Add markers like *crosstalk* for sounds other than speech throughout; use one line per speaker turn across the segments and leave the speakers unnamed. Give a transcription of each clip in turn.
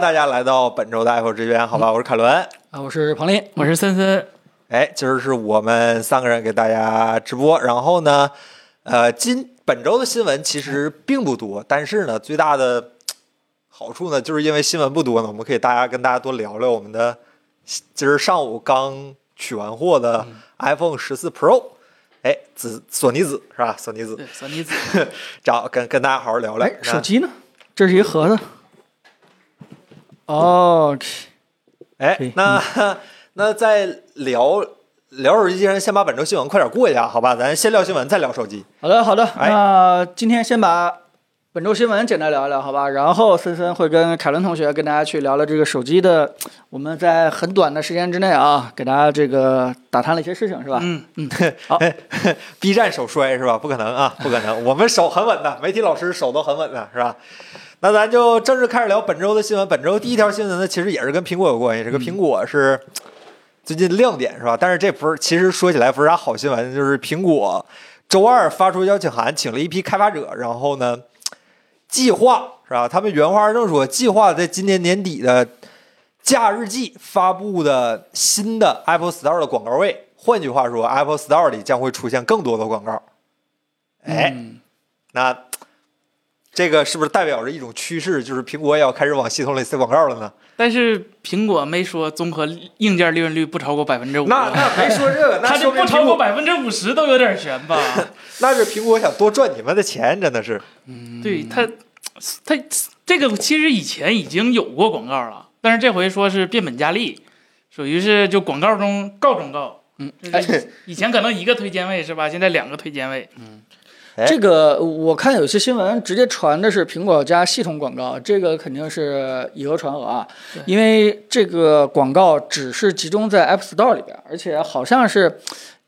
大家来到本周的爱后之源，好吧，我是凯伦。
啊，我是庞林，
我是森森，
哎，今儿是我们三个人给大家直播，然后呢，呃，今本周的新闻其实并不多，但是呢，最大的嘖好处呢，就是因为新闻不多呢，我们可以大家跟大家多聊聊我们的今儿上午刚取完货的 iPhone 十四 Pro，哎，子索尼子是吧？索尼子
对，，索尼子，
找跟跟大家好好聊聊
哎，。手机呢？这是一盒子。哦，
哎
对，
那 *laughs* 那在聊聊手机之前，先把本周新闻快点过一下，好吧？咱先聊新闻，再聊手机。
好的，好的。
哎
那今天先把本周新闻简单聊一聊，好吧？然后森森会跟凯伦同学跟大家去聊聊这个手机的，我们在很短的时间之内啊，给大家这个打探了一些事情，是吧？
嗯嗯，
*laughs* B 站手摔是吧？不可能啊，不可能，我们手很稳的，媒体老师手都很稳的，是吧？那咱就正式开始聊本周的新闻。本周第一条新闻呢，其实也是跟苹果有关系。这个苹果是最近亮点是吧？但是这不是，其实说起来不是啥好新闻，就是苹果周二发出邀请函，请了一批开发者，然后呢，计划是吧？他们原话是这么说，计划在今年年底的假日季发布的新的 Apple Store 的广告位。换句话说，Apple Store 里将会出现更多的广告。哎，
嗯
那这个是不是代表着一种趋势，就是苹果也要开始往系统里塞广告了呢？
但是苹果没说综合硬件利润率不超过百分之五，
那那没说这
*laughs*
个，那
它
说
这
明
不
苹
超过
果，
百分之五十都有点悬吧？
那是苹果想多赚你们的钱，真的是。
嗯
对它，它这个其实以前已经有过广告了，但是这回说是变本加厉，属于是就广告中告中告，
嗯，
就
哎，
是以前可能一个推荐位是吧？现在两个推荐位，
哎
这个我看有些新闻直接传的是苹果加系统广告，这个肯定是以讹传讹啊，因为这个广告只是集中在 App Store 里边，而且好像是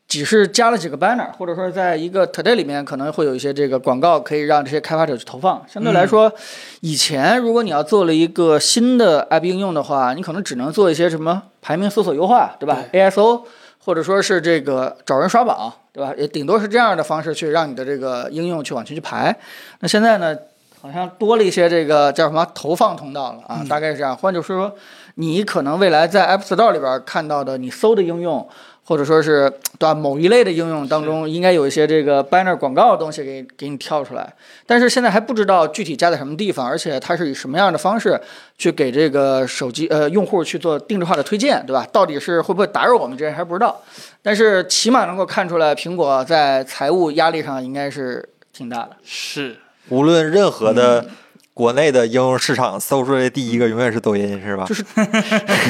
只是加了几个 banner，或者说在一个 Today 里面可能会有一些这个广告可以让这些开发者去投放。相对来说，以前如果你要做了一个新的 App 应用的话，你可能只能做一些什么排名、搜索优化，对吧？ASO。或者说是这个找人刷榜，对吧？也顶多是这样的方式去让你的这个应用去往前去排。那现在呢，好像多了一些这个叫什么投放通道了啊，大概是这样。换句话说，你可能未来在 App Store 里边看到的你搜的应用，或者说是对吧某一类的应用当中，应该有一些这个 banner 广告的东西给给你跳出来。但是现在还不知道具体加在什么地方，而且它是以什么样的方式去给这个手机呃用户去做定制化的推荐，对吧？到底是会不会打扰我们这些还不知道，但是起码能够看出来，苹果在财务压力上应该是挺大的。
是
无论任何
嗯
的国内的应用市场，搜出来的第一个永远是抖音，是吧？
*laughs*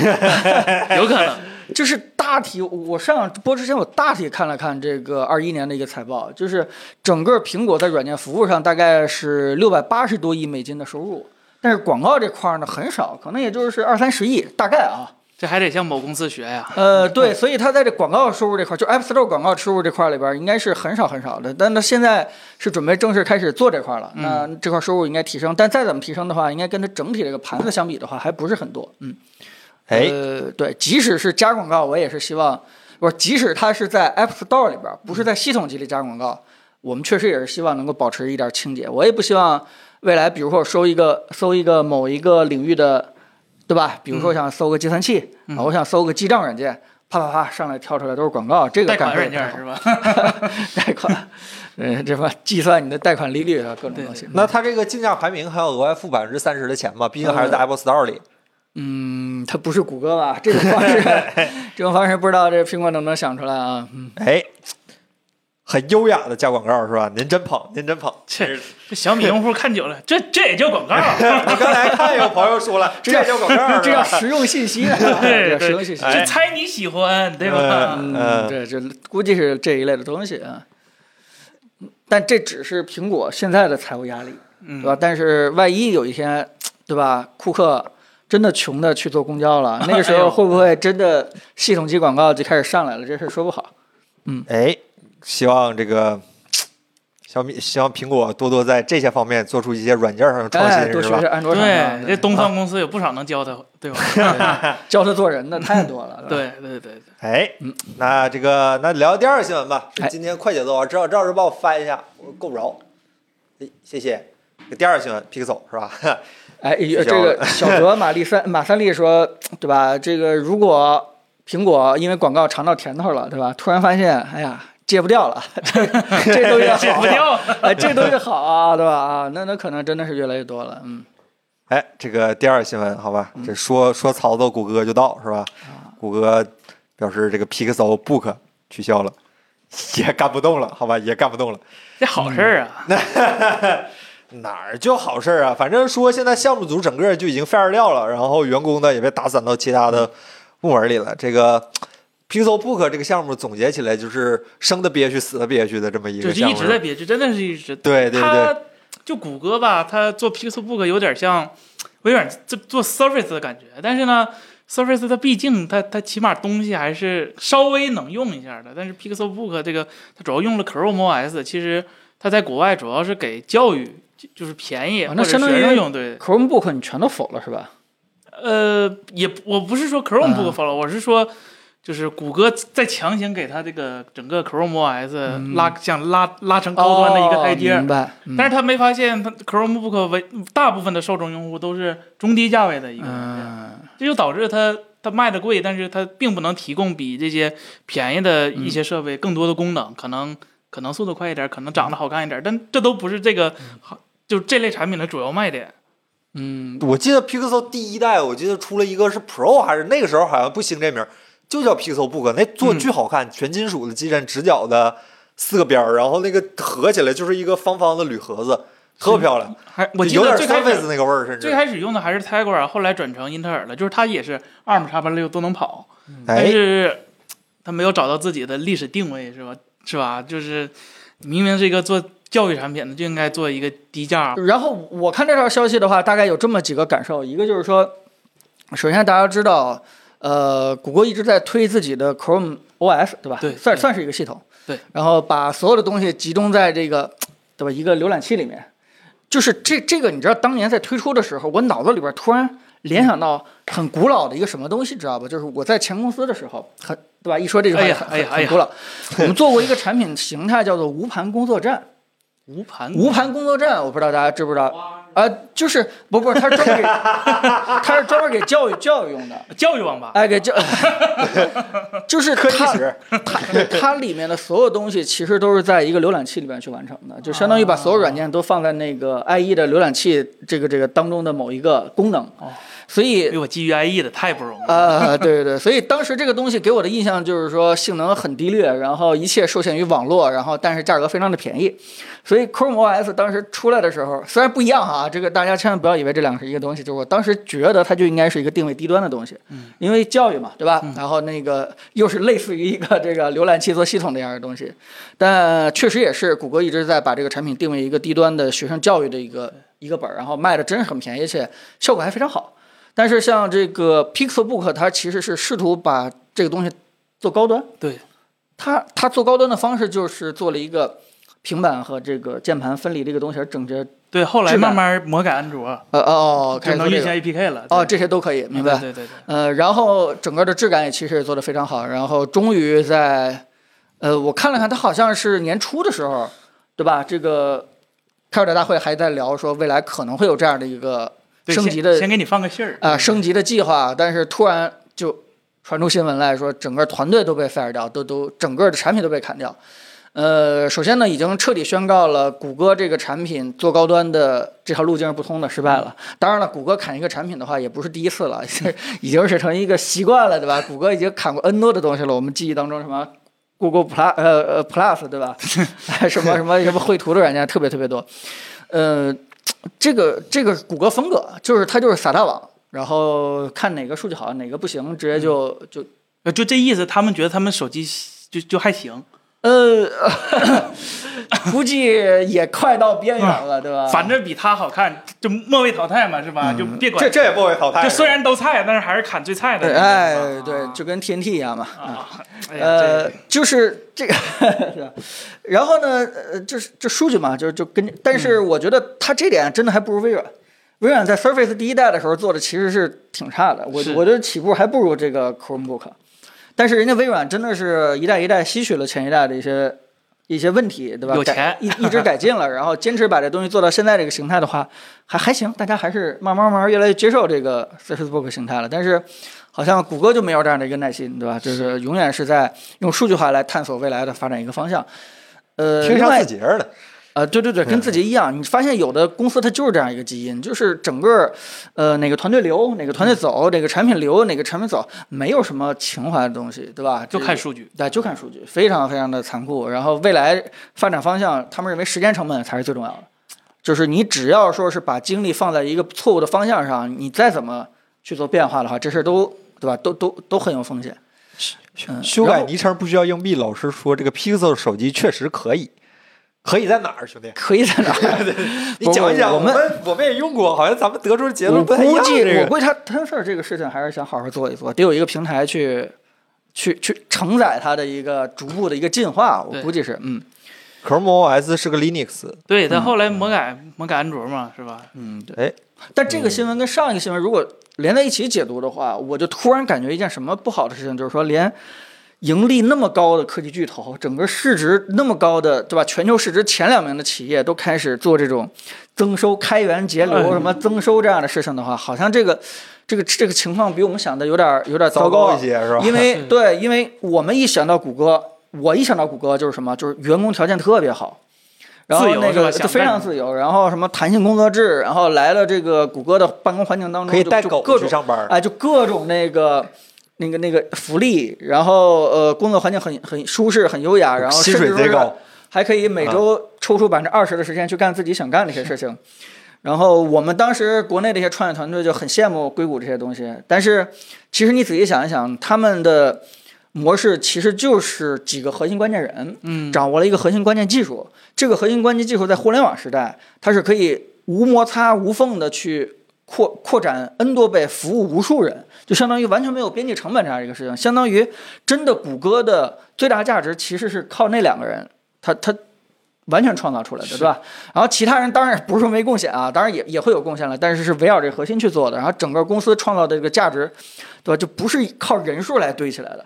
有可能，
就是大体，我上直播之前我大体看了看这个二一年的一个财报，就是整个苹果在软件服务上大概是六百八十多亿美金的收入，但是广告这块儿呢很少，可能也就是二三十亿，大概啊。
这还得向某公司学呀、
呃，对，所以它在这广告收入这块儿，就 App Store 广告收入这块儿里边儿，应该是很少很少的。但它现在是准备正式开始做这块儿了，那这块儿收入应该提升，但再怎么提升的话，应该跟它整体这个盘子相比的话，还不是很多。嗯，
哎，
呃，对，即使是加广告，我也是希望，不是，即使它是在 App Store 里边儿，不是在系统级里加广告，我们确实也是希望能够保持一点儿清洁。我也不希望未来，比如说我收一个搜一个某一个领域的，对吧？比如
嗯
说我想搜个计算器、啊，我想搜个记账软件，啪啪啪上来跳出来都是广告，这个
贷
干
款
活也
软
不太
件
好
是吧？
*laughs*
*laughs*
贷款，呃，这吧计算你的贷款利率啊，各种东西。
那它这个竞价排名还要额外付百分之三十的钱吗？毕竟还
呃
是在 Apple Store 里。
嗯，它不是谷歌吧？这种方
*laughs*
式，这种方式不知道这苹果能不能想出来啊？嗯，
哎，很优雅的加广告是吧？您真捧，您真捧。
这这小米用户看久了，这这也叫广
*laughs*
告？
我刚才看有朋友说了，这叫广告，
这
是
叫
吧？
实
*laughs*
用信息呢，
对
这叫
对
实用信息。
哎
这猜你喜欢，对吧？
嗯
嗯，对，这估计是这一类的东西啊。但这只是苹果现在的财务压力，
嗯
嗯
对吧？但是万一有一天，对吧？库克真的穷的去坐公交了，那个时
哎
候
呦
会不会真的系统级广告就开始上来了？这事儿说不好。
*laughs* 哎，希望这个小米，希望苹果多多在这些方面做出一些软件上的创
哎，
新，
多
是
学
吧
学？安卓厂啊商
对，这东方公司有不少能教他，对
*laughs*
吧？
教他做人的太多
*laughs*
了。吧，
对对对对，
哎，那这个那聊第二新闻吧，是
哎
今天快节奏啊，正好正好是帮我翻一下，我够不着。哎，谢谢。这第二新闻，Pixel 是吧？
哎，
取消
这
了
个小泽玛丽三马三立说，对吧？这个如果苹果因为广告尝到甜头了，对吧？突然发现，哎呀，戒不掉了， *laughs* 这这东西
*laughs* 戒
好
不，掉。
哎，这东西好啊，对吧？啊，那那可能真的是越来越多了，嗯，
哎，这个第二新闻，好吧，
嗯
这说说曹操，谷歌就到是吧？
啊
谷歌表示这个 Pixel Book 取消了， *laughs* 也干不动了，好吧，也干不动了。
这好事儿啊，
哪儿就好事儿啊？反正说现在项目组整个就已经 fire 掉了，然后员工呢也被打散到其他
嗯
的部门里了。这个 Pixel Book 这个项目总结起来就是生的憋屈，死的憋屈的这
嗯
么一
就
个
是
项
一
目。
直在憋屈，真的是一直。
对对对，
他就谷歌吧，它做 Pixelbook 有点像微软做做 Surface 的感觉，但是呢，Surface 它毕竟它它起码东西还是稍微能用一下的，但是 Pixelbook 这个它主要用了 Chrome OS，其实它在国外主要是给教育就就是便宜
啊
或
那
者学
相当于
生用，对，
Chromebook 你全都否了是吧？
呃，也不我不是说 Chrome 不
啊
follow，、我是说。就是谷歌在强行给它这个整个 Chrome OS 拉、想拉拉成高端的一个台阶，
嗯哦明白。嗯
但是他没发现，他 Chromebook 为大部分的受众用户都是中低价位的一个，
嗯，
这就导致它它卖的贵，但是它并不能提供比这些便宜的一
嗯
些设备更多的功能，可能可能速度快一点，可能长得好看一点，但这都不是这个好就这类产品的主要卖点。
嗯，
我记得 Pixel 第一代，我记得出了一个是 Pro 还是那个时候好像不兴这名儿，就叫 Pixel Book，那做
嗯
巨好看，全金属的机身，直角的四个边儿，然后那个合起来就是一个方方的铝盒子，特漂亮，
还嗯我记
有点
得最开
Surface
始
那个味儿，甚
最
至
开始用的还是 Tegra，后来转成英特尔了，就是它也是 ARM 叉八六都能跑。但
哎。
是他没有找到自己的历史定位，是吧？是吧？就是明明是一个做教育产品的，就应该做一个低价。
然后我看这条消息的话，大概有这么几个感受，一个就是说，首先大家知道，呃，谷歌一直在推自己的 Chrome OS，对吧？
对
算
对
算是一个系统。
对。
然后把所有的东西集中在这个，对吧？一个浏览器里面，就是这这个，你知道当年在推出的时候，我脑子里边突然联想到很古老的一个什么东西，知道吧？就是我在前公司的时候，很对吧？一说这句话
哎呀
很，
哎呀
很
哎
很
呀
古老。我们做过一个产品形态叫做无盘工作站。
无盘
无盘工作站，我不知道大家知不知道啊、就是不不是，它
*laughs*
是专门给，它是专门给教育教育用的，
教育网吧，
哎，给教， *laughs* 就是
科技
它
史，
它对它里面的所有东西其实都是在一个浏览器里面去完成的，就相当于
啊
把所有软件都放在那个 IE 的浏览器这个这个当中的某一个功能，
哦
所以
给我基于 IE 的太不容易 *laughs* 了。
啊，对对对，所以当时这个东西给我的印象就是说性能很低劣，然后一切受限于网络，然后但是价格非常的便宜。所以 Chrome OS 当时出来的时候，虽然不一样哈，这个大家千万不要以为这两个是一个东西，就是我当时觉得它就应该是一个定位低端的东西，
嗯，
因为教育嘛，对吧？然后那个又是类似于一个这个浏览器做系统这样的东西，但确实也是谷歌一直在把这个产品定位一个低端的学生教育的一个一个本儿，然后卖的真是很便宜，而且效果还非常好。但是像这个 Pixelbook，它其实是试图把这个东西做高端。
对，
它它做高端的方式就是做了一个平板和这个键盘分离的一个东西，而整个
对，后来
质感
慢慢魔改安卓，
呃哦，开始
就
做
能
这
运
个
行 APK 了。
哦，
对，嗯
这些都可以，明白。
对对对对，
呃，然后整个的质感也其实也做得非常好，然后终于在，呃，我看了看，它好像是年初的时候，对吧？这个开发者大会还在聊说未来可能会有这样的一个
对
升
先
级的
先给你放个信儿
啊、升级的计划，但是突然就传出新闻来说，整个团队都被 fire 掉，都都整个的产品都被砍掉。呃，首先呢，已经彻底宣告了谷歌这个产品做高端的这条路径是不通的，失败了。当然了，谷歌砍一个产品的话，也不是第一次了，已经是成一个习惯了，对吧？谷歌已经砍过 N 多的东西了，我们记忆当中什么 Google Plus 呃呃 Plus 对吧？什么什么什么绘图的软件特别特别多，呃，这个这个谷歌风格就是它就是撒大网，然后看哪个数据好，哪个不行，直接就就
呃就这意思，他们觉得他们手机就就还行，
呃， *laughs* 估计也快到边缘了，对吧？
嗯反正比它好看，就末位淘汰嘛，是
嗯
吧？就别管
这，这也不会淘汰，
就虽然都菜，但是还是砍最菜的
对，
那个。
哎
是，吧
对，就跟 TNT 一样嘛。
啊，哎呀
呃
这，
就是这个，是吧然后呢，呃，就是这数据嘛，就就跟，但是
嗯
我觉得它这点真的还不如微软。微软在 Surface 第一代的时候做的其实是挺差的，我
是
我觉得起步还不如这个 Chromebook。但是人家微软真的是一代一代吸取了前一代的一些一些问题，对吧？
有
改
钱
一一直改进了，然后坚持把这东西做到现在这个形态的话，还还行，大家还是慢慢慢慢越来越接受这个 Facebook 形态了。但是好像谷歌就没有这样的一个耐心，对吧？就是永远是在用数据化来探索未来的发展一个方向。呃，
听
另
上
外
嗯
自己人了。
呃，对对对，跟自己一样，你发现有的公司它就是这样一个基因，就是整个，呃，哪个团队留，哪个
嗯
团队走，哪个产品留，哪个产品走，没有什么情怀的东西，对吧？
就
这
看数据。
对，就看数据，非常非常的残酷。然后未来发展方向，他们认为时间成本才是最重要的，就是你只要说是把精力放在一个错误的方向上，你再怎么去做变化的话，这事儿都对吧？都都都很有风险。嗯
修
然
改
后
昵称不需要硬币。老师说这个 Pixel 手机确实可以，可以在哪儿，兄弟？
可以在哪儿？
你讲一讲，
我
我
我们
们我们也用过，好像咱们得出的结
我
论不太一
估
样。
计，
这
我
个
估计他他事儿这个事情还是想好好做一做，得有一个平台去去去承载它的一个逐步的一个进化。我
对
估计是，嗯
Chrome OS 是个 Linux，
对他后来魔改
嗯
魔改安卓嘛，是吧？
嗯，
哎
对。但这个新闻跟上一个新闻如果连在一起解读的话，我就突然感觉一件什么不好的事情，就是说连。盈利那么高的科技巨头，整个市值那么高的，对吧？全球市值前两名的企业都开始做这种增收、开源节流、
哎
什么增收这样的事情的话，好像这个这个这个情况比我们想的有点有点
糟
糟糕啊
一些是吧？
因为
嗯
对，因为我们一想到谷歌，我一想到谷歌就是什么，就是员工条件特别好，然后
自由
那
是
个
吧想
非
干
常
什么
自由，然后什么弹性工作制，然后来了这个谷歌的办公环境当
*laughs*
中
可以
就
带
就
狗
各
去
种
上班。
哎，就各种那个。那个那个福利，然后呃，工作环境很很舒适，很优雅，然后
薪
甚至
水
说
贼
是
高，
还可以每周抽出百分之二十的时间去干自己想干的一些事情。然后我们当时国内的一些创业团队就很羡慕硅谷这些东西，但是其实你仔细想一想，他们的模式其实就是几个核心关键人
嗯，
掌握了一个核心关键技术，这个核心关键技术在互联网时代它是可以无摩擦无缝的去。扩扩展 N 多倍，服务无数人，就相当于完全没有边际成本这样一个事情，相当于真的谷歌的最大价值其实是靠那两个人，他他完全创造出来的，对吧？然后其他人当然不是说没贡献啊，当然也也会有贡献了，但是是围绕这个核心去做的。然后整个公司创造的这个价值，对吧？就不是靠人数来堆起来的，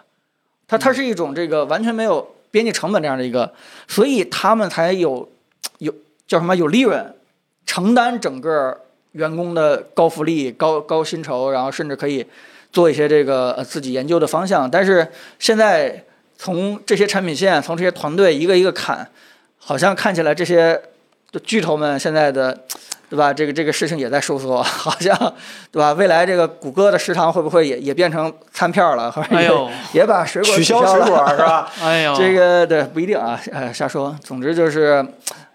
它
嗯
它是一种这个完全没有边际成本这样的一个，所以他们才有有叫什么有利润，承担整个员工的高福利、高高薪酬，然后甚至可以做一些这个呃自己研究的方向。但是现在从这些产品线、从这些团队一个一个砍，好像看起来这些巨头们现在的，对吧？这个这个事情也在收缩， *laughs* 好像对吧？未来这个谷歌的食堂会不会也也变成餐票了？或者也
哎
*laughs*
呦，
也把水果
取消
了
水果 *laughs* 是吧？
哎呦，
*laughs* 这个对不一定啊，呃，瞎说。总之就是，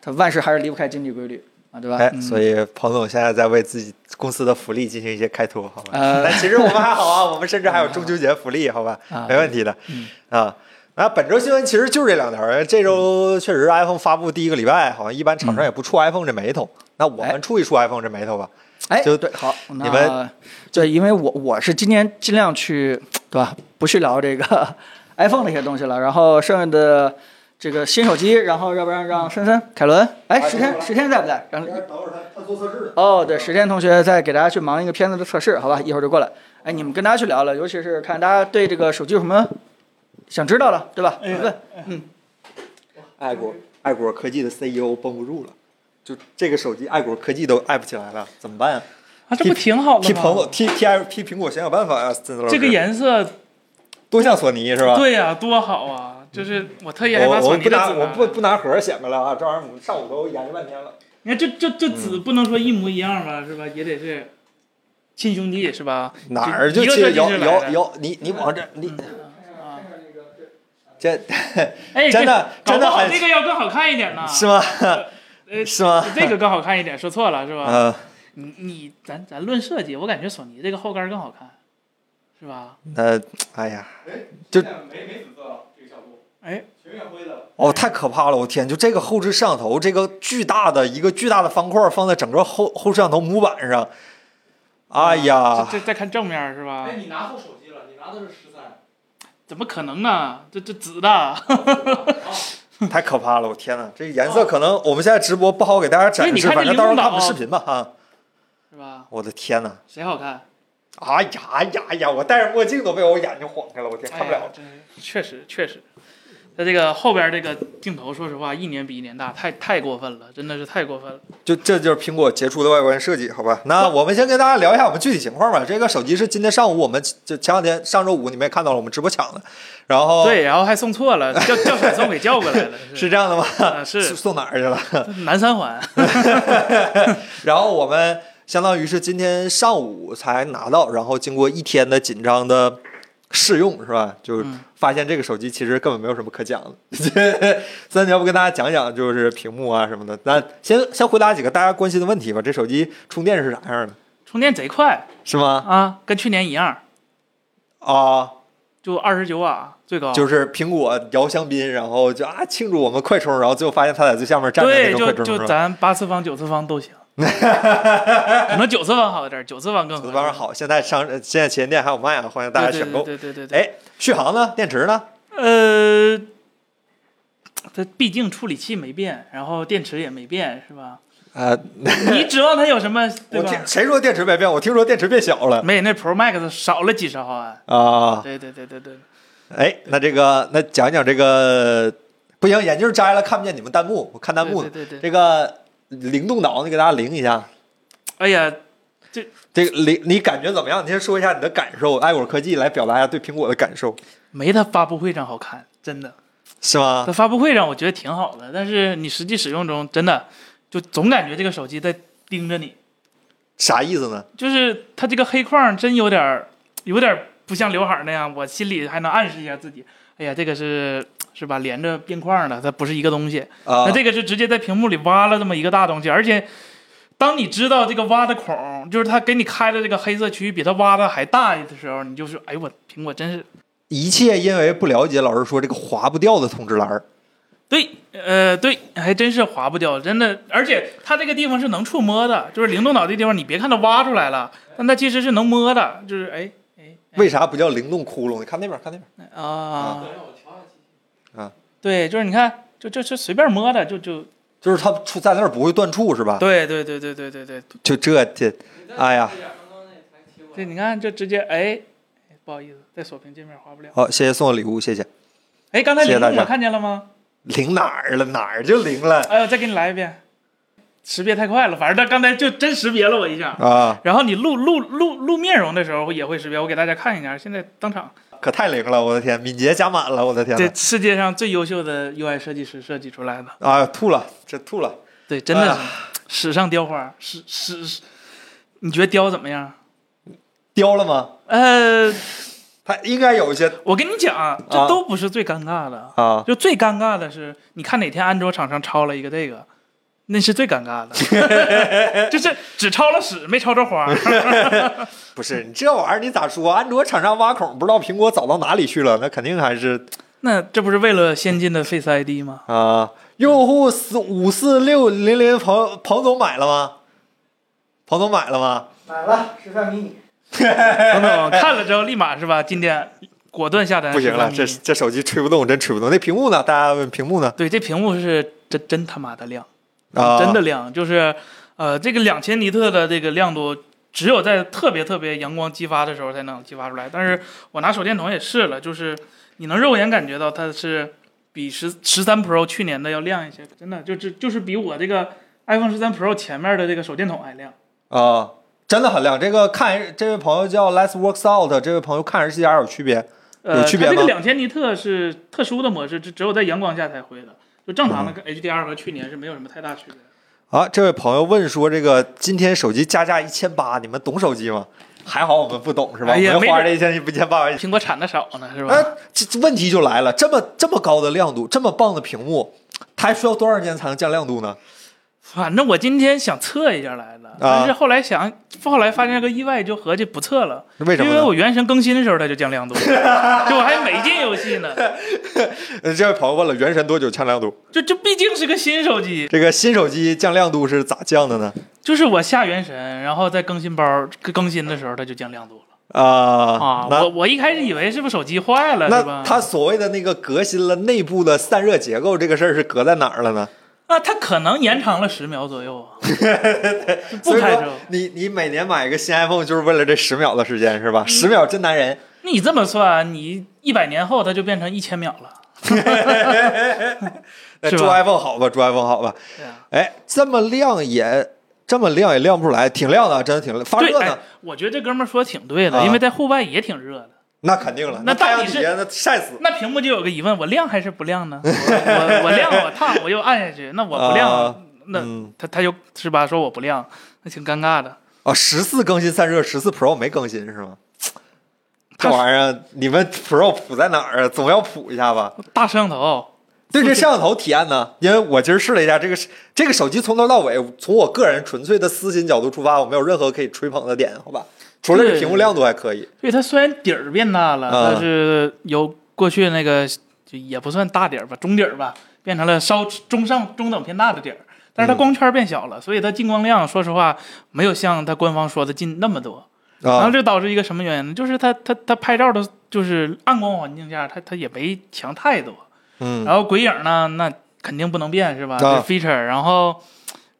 它万事还是离不开经济规律啊，对吧？
哎，
嗯、
所以彭总现在在为自己公司的福利进行一些开脱，好吧？*laughs*
呃
但其实我们还好啊，我们甚至还有中秋节福利，好吧？
*laughs* 啊
没问题的
嗯，
啊。那本周新闻其实就是这两条，因为这
嗯
周确实 iPhone 发布第一个礼拜，好像一般厂商也不触 iPhone 这眉头。那我
哎
们触一触 iPhone 这眉头吧。
哎，
就
对，好，那
你们
对，因为我我是今天尽量去，对吧？不去聊这个 *laughs* iPhone 那些东西了，然后剩下的这个新手机，然后要不然让森森、凯伦，哎，
啊
石天
行，吧
石天在不在？然后
哎会儿他他做测试
哦，对，石天同学再给大家去忙一个片子的测试，好吧？一会儿就过来。哎，你们跟大家去聊聊，尤其是看大家对这个手机有什么想知道的，对吧？问，嗯，
爱国爱国科技的 CEO 绷不住了，就这个手机爱国科技都爱不起来了，怎么办啊？
啊，这不挺好的
替
吗？
彭总替替 i 替苹果想想办法啊！孙子老师
这个颜色，
多像索尼是吧？
对呀，多好啊！就是我特意还把
我
索
我
尼
不
的
拿
纸
我不不拿盒显摆了啊！这玩意儿我上午都研究半天了。
你看这这这
嗯
紫不能说一模一样吧，是吧？也得是亲兄弟，是吧？
哪儿
就
就
一个设
去
计师
摇
来
摇
的
摇？你你往这你
啊，
这
哎，
真的
这
真的
搞不好
很
这个要更好看一点呢，
是吗？
*laughs* 呃，
是吗？
这个更好看一点，说错了是吧？
嗯，
你你咱咱论设计，我感觉索尼这个后盖更好看，是吧？
那哎呀，就
没没紫色了，这个效果
哎，
全变灰的了。
哦，太可怕了！我天，就这个后置摄像头，这个巨大的一个巨大的方块放在整个后后摄像头模板上，哎呀，
这这再看正面是吧
哎，？你拿错手机了，你拿的是十三。
怎么可能呢？这这紫的，
太可怕了！我天哪，这颜色可能我们现在直播不好给大家展
对你
示，
看这
反正到时候
灵动
看
岛
我们视频吧啊！
是吧？
我的天哪！
谁好看？
哎呀哎呀哎呀！我戴着墨镜都被我眼睛晃开了，我天，看不了
哎呀。真是确实确实，它这个后边这个镜头，说实话，一年比一年大，太太过分了，真的是太过分了。
就这就是苹果杰出的外观设计，好吧？那我们先跟大家聊一下我们具体情况吧。这个手机是今天上午我们就前两天上周五你们也看到了我们直播抢的，然后
对，然后还送错了，叫叫闪送给叫过
*laughs*
来了，
是这样的吗？送
啊是
送哪儿去了？
南三环，
然后我们相当于是今天上午才拿到，然后经过一天的紧张的试用，是吧？就是
嗯
发现这个手机其实根本没有什么可讲的。 *laughs* 三，你要不跟大家讲讲，就是屏幕啊什么的？那先先回答几个大家关心的问题吧。这手机充电是啥样的？
充电贼快
是吗？
啊，跟去年一样，
啊、
就二十九瓦最高。
就是苹果摇香槟，然后就啊庆祝我们快充，然后最后发现它在最下面站着那
对，
种
就
快充是
就
吧？
咱八次方、九次方都行，
*laughs*
可能九次方好一点，九次方更合
这
适
玩意儿，好，现在商现在旗舰店还有卖啊，欢迎大家
对
选
对
购。
对对对对。
哎，续航呢？电池呢？
呃，它毕竟处理器没变，然后电池也没变，是吧？
呃，
你指望它有
*laughs*
什么对
我
吧嗯
听？谁说电池没变？我听说电池变小了
没，那 Pro Max 少了几十毫安。
啊！
对对对对对，
哎，那这个那讲讲这个不行，眼镜摘了看不见你们弹幕，我看弹幕呢。
对对对
这
对，
个灵动岛，你给大家灵一下。
哎呀，
这个灵，你感觉怎么样？你先说一下你的感受。爱果科技来表达一下对苹果的感受，
没它发布会上好看，真的。
是吗
它？发布会上我觉得挺好的，但是你实际使用中真的就总感觉这个手机在盯着你，
啥意思呢？
就是它这个黑框真有点儿有点儿不像刘海儿那样，我心里还能暗示一下自己，哎呀，这个是是吧？连着边框的，它不是一个东西。
啊、
那这个是直接在屏幕里挖了这么一个大东西，而且当你知道这个挖的孔，就是它给你开的这个黑色区域比它挖的还大的时候，你就是哎呦我苹果真是
一切因为不了解，老师说这个划不掉的通知栏儿
对，呃对，还真是划不掉，真的，而且它这个地方是能触摸的，就是灵动岛这地方，你别看它挖出来了，但它其实是能摸的，就是哎哎哎
为啥不叫灵动窟窿？你看那边，看那边，
啊
等让我调下机器。
啊
对，就是你看，就就就随便摸的，就就
就是它出在那儿不会断触是吧？
对对对对对对对，
就这这，
你再
哎呀
一点刚刚那才切过
对，
来。
你看就直接哎。哎不好意思，在锁屏界面划不了。
好，谢谢送的礼物，谢谢。
哎，刚才
谢谢
灵
大
动我
家
看见了吗？
灵哪儿了？哪儿就灵了
哎呦，再给你来一遍，识别太快了，反正他刚才就真识别了我一下。
啊？
*laughs* 然后你录录录录面容的时候也会识别，我给大家看一下，现在当场。
可太灵了，我的天！敏捷加满了，我的天
这
呐！
世界上最优秀的 UI 设计师设计出来的，
啊，吐了，这吐了。
对，真的
哎
是史上雕花，史史，史你觉得雕怎么样？
雕了吗？
呃，
它应该有一些
我跟你讲啊，这
啊
都不是最尴尬的，
啊，
就最尴尬的是，你看哪天安卓厂商抄了一个这个，那是最尴
*laughs*
尬的，就是只抄了屎没抄着花。
不是你这玩意儿你咋说？安卓厂商挖孔，不知道苹果早到哪里去了，那肯定还是
那这不是为了先进的 Face ID 吗？
啊。用户四五四六零零彭彭总买了吗？彭总买了吗？
买了十三迷你，
等等，看了之后立马是吧？今天果断下单。
不行了，
是
这
吧
这手机吹不动，真吹不动。那屏幕呢？大家问屏幕呢？
对这屏幕是真真他妈的亮，
啊，
真的亮，就是呃，这个两千尼特的这个亮度。只有在特别特别阳光激发的时候才能激发出来，但是我拿手电筒也试了，就是你能肉眼感觉到它是比十十三 Pro 去年的要亮一些，真的就就就是比我这个 iPhone 十三 Pro 前面的这个手电筒还亮。
啊，真的很亮。这个看这位朋友叫 Let's Works Out，这位朋友看 HDR 有区别
呃，
有区别
它这个
吗
两千尼特是特殊的模式，只只有在阳光下才会的，就正常的
嗯
跟 HDR 和去年是没有什么太大区别的。
啊。这位朋友问说，这个今天手机加价一千八，你们懂手机吗？还好我们不懂是吧？
哎呀
我们花
没
这一千一千八百。
苹果产的少呢，是吧？
嗯哎，这这问题就来了，这么这么高的亮度，这么棒的屏幕，它还需要多少年才能降亮度呢？
反正我今天想测一下来
啊
的，但是后来想，后来发现个意外，就合计不测了，
为什
因
么
为
呢？
我原神更新的时候它就
*laughs*
降亮度，就我还没进游戏呢，
呃这位朋友问了，原神多久降亮度？
就这毕竟是个新手机，
这个新手机降亮度是咋降的呢？
就是我下原神，然后在更新包更新的时候它就降亮度了
啊
啊，
那
我我一开始以为是不是手机坏了，是吧
那？它所谓的那个革新了内部的散热结构这个事儿是革在哪儿了呢？
那啊它可能延长了十秒左
*laughs*
右啊，不
所以
开
说
车。
你你每年买个新 iPhone 就是为了这十秒的
嗯
时间是吧？十秒真男人
那你这么算，你一百年后它就变成一千秒了。
那
是
祝
吧
呃 iPhone 好吧，祝 iPhone 好吧。
对啊，
哎，这么亮也这么亮也亮不出来，挺亮的，真的挺亮，发
对，
热
哎
呢，，
我觉得这哥们儿说挺对的，
啊
因为在户外也挺热的。
那肯定了。
那
太阳
到底
底
是
下那晒死。
*laughs* 那屏幕就有个疑问：我亮还是不亮呢？我我我亮，我烫，我又按下去。那我不亮，
啊
那
嗯
他他就是吧？说我不亮，那挺尴尬的。
啊，十四更新散热，十四 Pro 没更新是吗？这玩意儿，你们 Pro 谱在哪儿啊？总要谱一下吧。
大摄像头，
对这摄像头体验呢，因为我今儿试了一下，这个是这个手机从头到尾，从我个人纯粹的私心角度出发，我没有任何可以吹捧的点，好吧？除了这
对
屏幕亮度还可以，
对它虽然底儿变大了，
啊
但是由过去那个就也不算大底儿吧，中底儿吧，变成了稍中上中等偏大的底儿。但
嗯
是它光圈变小了，所以它进光量，说实话没有像它官方说的进那么多。然后
啊，
这导致一个什么原因呢？就是他他他拍照的，就是暗光环境下，他他也没强太多。
嗯，
然后鬼影呢，那肯定不能变是吧？这
啊
feature，然后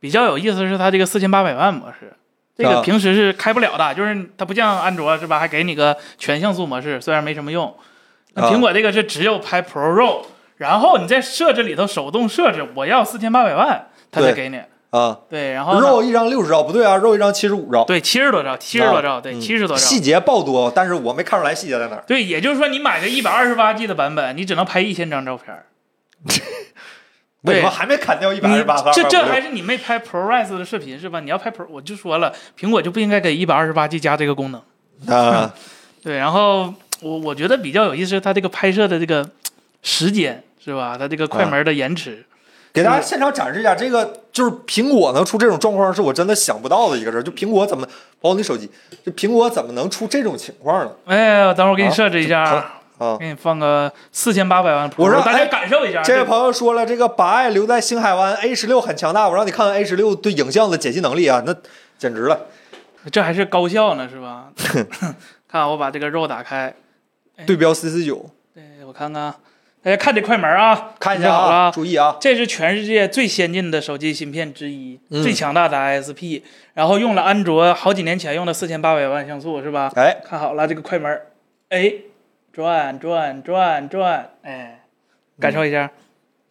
比较有意思是它这个四千八百万模式，这
啊
个平时是开不了的，就是它不像安卓是吧？还给你个全像素模式，虽然没什么用。那
啊
苹果这个是只有拍 Pro RAW，然后你在设置里头手动设置，我要四千八百万，它才
对
给你。
啊
对，然后呢
肉一张六十兆，不对啊，肉一张七十五兆，
对七十多兆，七十多兆，对
嗯
七十多兆。
细节爆多，但是我没看出来细节在哪儿。
对，也就是说，你买个一百二十八 G 的版本，你只能拍一千张照片儿。
为
对
什么还没砍掉一百二
你
十八？
这这还
是
是你没拍 ProRes 的视频是吧？你要拍 Pro，我就说了，苹果就不应该给一百二十八 G 加这个功能。
啊，
对，然后我我觉得比较有意思，是它这个拍摄的这个时间是吧？它这个快门的延迟，
给大家现场展示一下，这个就是苹果能出这种状况，是我真的想不到的一个事儿。就苹果怎么，包括你手机，这苹果怎么能出这种情况呢？
哎呀，等会儿我给你设置一下，
啊啊，
给你放个四千八百万 Pro，
我说
大家
哎
感受一下。
这位
个
朋友说了，这个把爱留在星海湾，A 十六很强大，我让你看看 A 十六对影像的解析能力啊，那简直了。
这还是高效呢
*laughs*
是吧？看我把这个肉打开，
对标 CC 九，
对我看看啊，大家看这快门啊，
看一
就
下
好了
啊，注意啊，
这是全世界最先进的手机芯片之一，
嗯
最强大的 ISP，然后用了安卓好几年前用的四千八百万像素是吧？
哎，
看好了这个快门儿，哎，转转转转，哎，感受一下，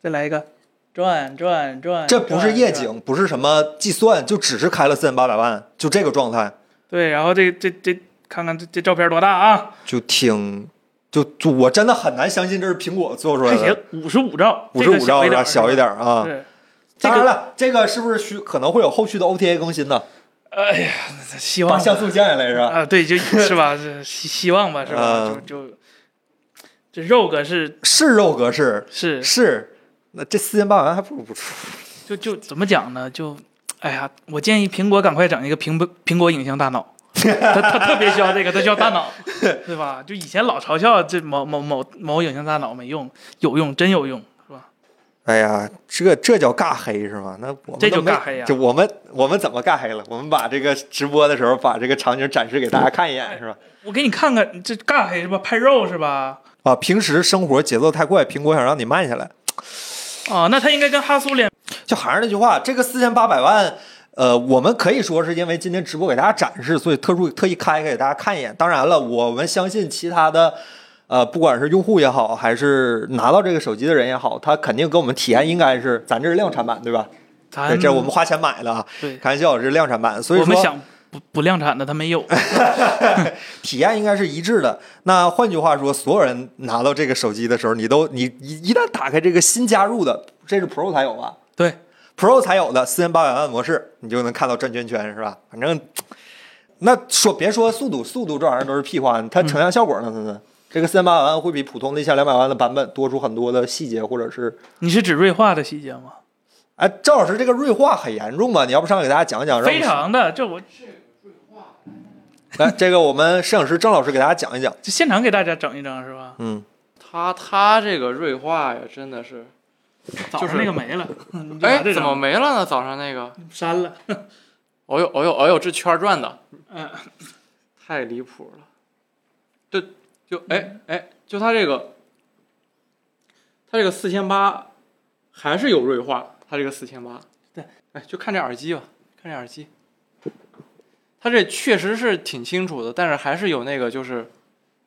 再来一个，转转转，
哎这不是
转
夜，
转
景，不是什么计算，就只是开了四千八百万，就这个状态，
对，然后这这这看看这这照片多大啊？
就挺，就就我真的很难相信这是苹果做出来
还行
的，，
五十五兆，
五十五
这个小
兆
一
是吧？小一
点儿，
点儿啊。
是。这
当然
个，
了，这个是不是需可能会有后续的 OTA 更新呢？
哎呀，希
把
望
像素降下来是吧？
啊，对，就是吧，是希希望吧，是吧？
嗯
就就这肉哥是
是肉格式，
是
是，那这四千八百万还不如不出。
就就怎么讲呢？就哎呀，我建议苹果赶快整一个苹果苹果影像大脑， *laughs* 他他特别需要这个，他需要大脑，对吧？就以前老嘲笑这某某某某影像大脑没用，有用，真有用，是吧？
哎呀，这这叫尬黑是吗？那我们
这就
都没
尬黑呀
就我们我们怎么尬黑了？我们把这个直播的时候把这个场景展示给大家看一眼是吧？
我给你看看这尬黑是吧？拍肉是吧？
啊，平时生活节奏太快，苹果想让你慢下来。
啊，那他应该跟哈苏联
就还是那句话，这个四千八百万，呃，我们可以说是因为今天直播给大家展示，所以特殊特意开开给大家看一眼。当然了，我们相信其他的。呃，不管是用户也好，还是拿到这个手机的人也好，他肯定给我们体验应该是咱这是量产版对吧？
咱
对，这我们花钱买的啊，
对
开玩笑，这是量产版。所以
我
说
们想不不量产的他没有，
体验应该是一致的。那换句话说，所有人拿到这个手机的时候，你都你一一旦打开这个新加入的，这是 Pro 才有吧
对。
？Pro 才有的四千八百万模式，你就能看到转圈圈，是吧？反正那说别说速度，速度这玩意儿都是屁话，它
嗯
成像效果呢，它呢？这个四千八百万会比普通的一千两百万的版本多出很多的细节，或者是
你是指锐化的细节吗？
哎，郑老师这个锐化很严重吧？你要不上来给大家讲讲？让我
非常的，这我
来，这个我们摄影师郑老师给大家讲一讲。
就现场给大家整一张是吧？
嗯，
他他这个锐化呀，真的是，
早上那个没
*laughs*
了，你就拿
哎，
这
怎么
张
没了呢？早上那个，
删了？
哦呦哦呦哦呦，这圈转的
嗯，
太离谱了，这就哎哎，就他这个，他这个四千八还是有锐化，他这个四千八，
对，
哎，就看这耳机吧，看这耳机，他这确实是挺清楚的，但是还是有那个就是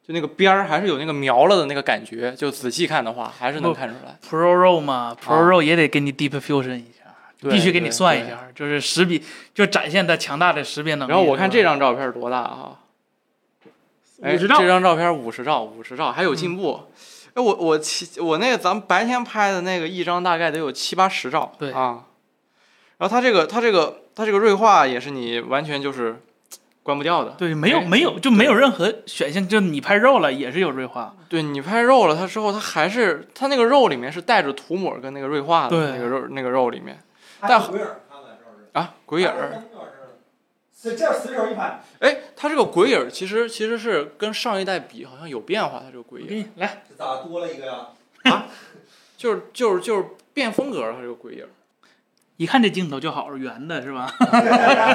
就那个边儿还是有那个描了的那个感觉，就仔细看的话还是能看出来。
Pro Row 嘛，Pro Row 也得给你 Deep Fusion 一下，
哦对
必须给你算一。
对对
下，就是识别，就展现它强大的识别能力。
然后我看这
是吧，
张照片多大啊？哎，
50
这
兆嗯
张照片五十兆，五十兆还有进步。哎，我我其我那个咱们白天拍的那个一张大概得有七八十兆，
对
啊。然后它这个它这个它这个锐化也是你完全就是关不掉的，
对，没有
哎
没有就没有任何选项，就你拍肉了也是有锐化，
对你拍肉了它之后，它还是它那个肉里面是带着涂抹跟那个锐化的
对
那个肉那个肉里面
但
但
鬼影看看这是
啊鬼影儿，
随这随手一拍，
哎，它这个鬼影儿其实其实是跟上一代比好像有变化，它这个
我
鬼影儿
给。你来，
这咋多了一个呀？
就是就是就是变风格了，它这个鬼影儿。
一看这镜头就好，圆的是吧？
*laughs*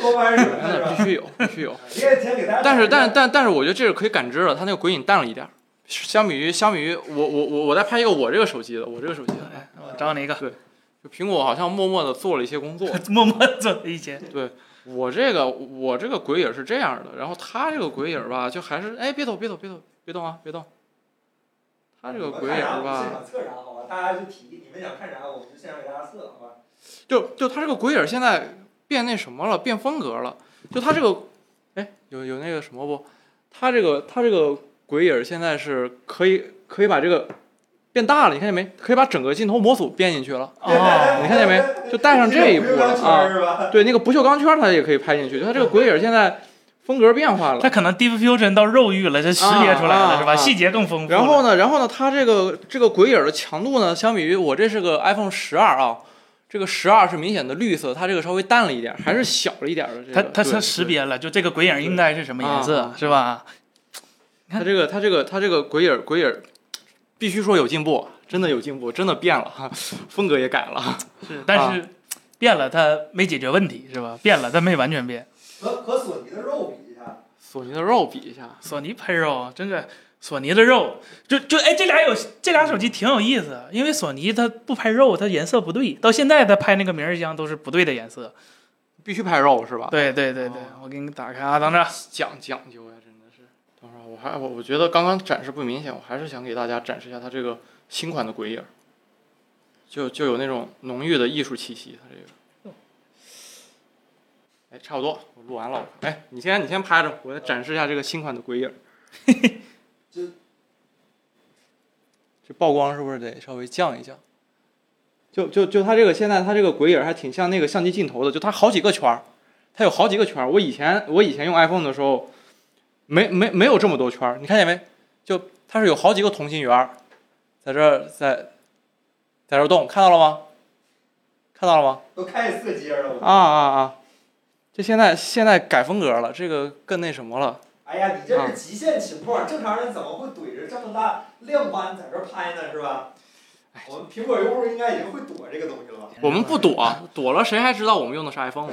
多拍什么
那
是吧？
必须有，必须有。
你也先给大家，
但是但但但是，我觉得这是可以感知的，它那个鬼影淡了一点儿。相比于相比于我我我我再拍一个我这个手机的，我这个手机的，
哎我找你一个， *laughs*
就苹果好像默默的做了一些工作。
默默做的一些，
我这个我这个鬼影儿是这样的，然后它这个鬼影儿吧，就还是哎别动别动别动别动啊别动。它这个鬼影儿吧，
现场测啥好吧？大家就提，你们想看啥，我们就现场给大家测好吧？
就就他这个鬼影现在变那什么了，变风格了。就他这个，哎，有有那个什么不？他这个他这个鬼影现在是可以可以把这个变大了，你看见没？可以把整个镜头模组变进去了，
哦，
你看见没？就带上这一步了
*laughs*
啊。
是吧？
对，那个不锈钢圈它也可以拍进去。就它这个鬼影现在风格变化了
它。可能 Deep Fusion 到肉欲了，这识别出来
啊
了
啊
是吧？
啊
细节更丰富了。
然后呢，然后呢，它这个这个鬼影儿的强度呢，相比于我这是个 iPhone 十二啊，这个十二是明显的绿色，它这个稍微淡了一点儿，还是小了一点儿的、这
它
个。
它
对
它识，别了，就这个鬼影应该是什么颜
对
色
啊
是吧？
对它这个它这个它这个鬼影儿鬼影儿，必须说有进步，真的有进步，真的变了，哈风格也改了。
是，但是变了它没解决问题是吧？变了它没完全变。
和和索尼的肉比一下，
索尼的肉比一下，
索尼拍肉真的，索尼的肉就就哎，这俩有这俩手机挺有意思，因为索尼它不拍肉，它颜色不对，到现在它拍那个明日香都是不对的颜色。
必须拍肉是吧？
对对对对，我给你打开啊，等着。
讲讲究呀、真的是。等会儿我还我我觉得刚刚展示不明显，我还是想给大家展示一下它这个新款的鬼影儿，就就有那种浓郁的艺术气息。它这个，哎，差不多，我录完了。哎，你先你先拍着，我展示一下这个新款的鬼影儿。
这
这曝光是不是得稍微降一降？就就就它这个现在它这个鬼影儿还挺像那个相机镜头的，就它好几个圈儿，它有好几个圈儿。我以前我以前用 iPhone 的时候，没没没有这么多圈儿，你看见没？就它是有好几个同心圆儿，在这儿在在这儿动，看到了吗？看到了吗？
都开色阶了，我。
啊啊啊！这现在现在改风格了，这个更那什么了。
哎呀，你
啊
这是极限情况，正常人怎么会怼着这么大亮斑在这儿拍呢？是吧？
哎
我们苹果用户应该已经会躲这个东西了吧？
我们不躲，躲了谁还知道我们用的是 iPhone？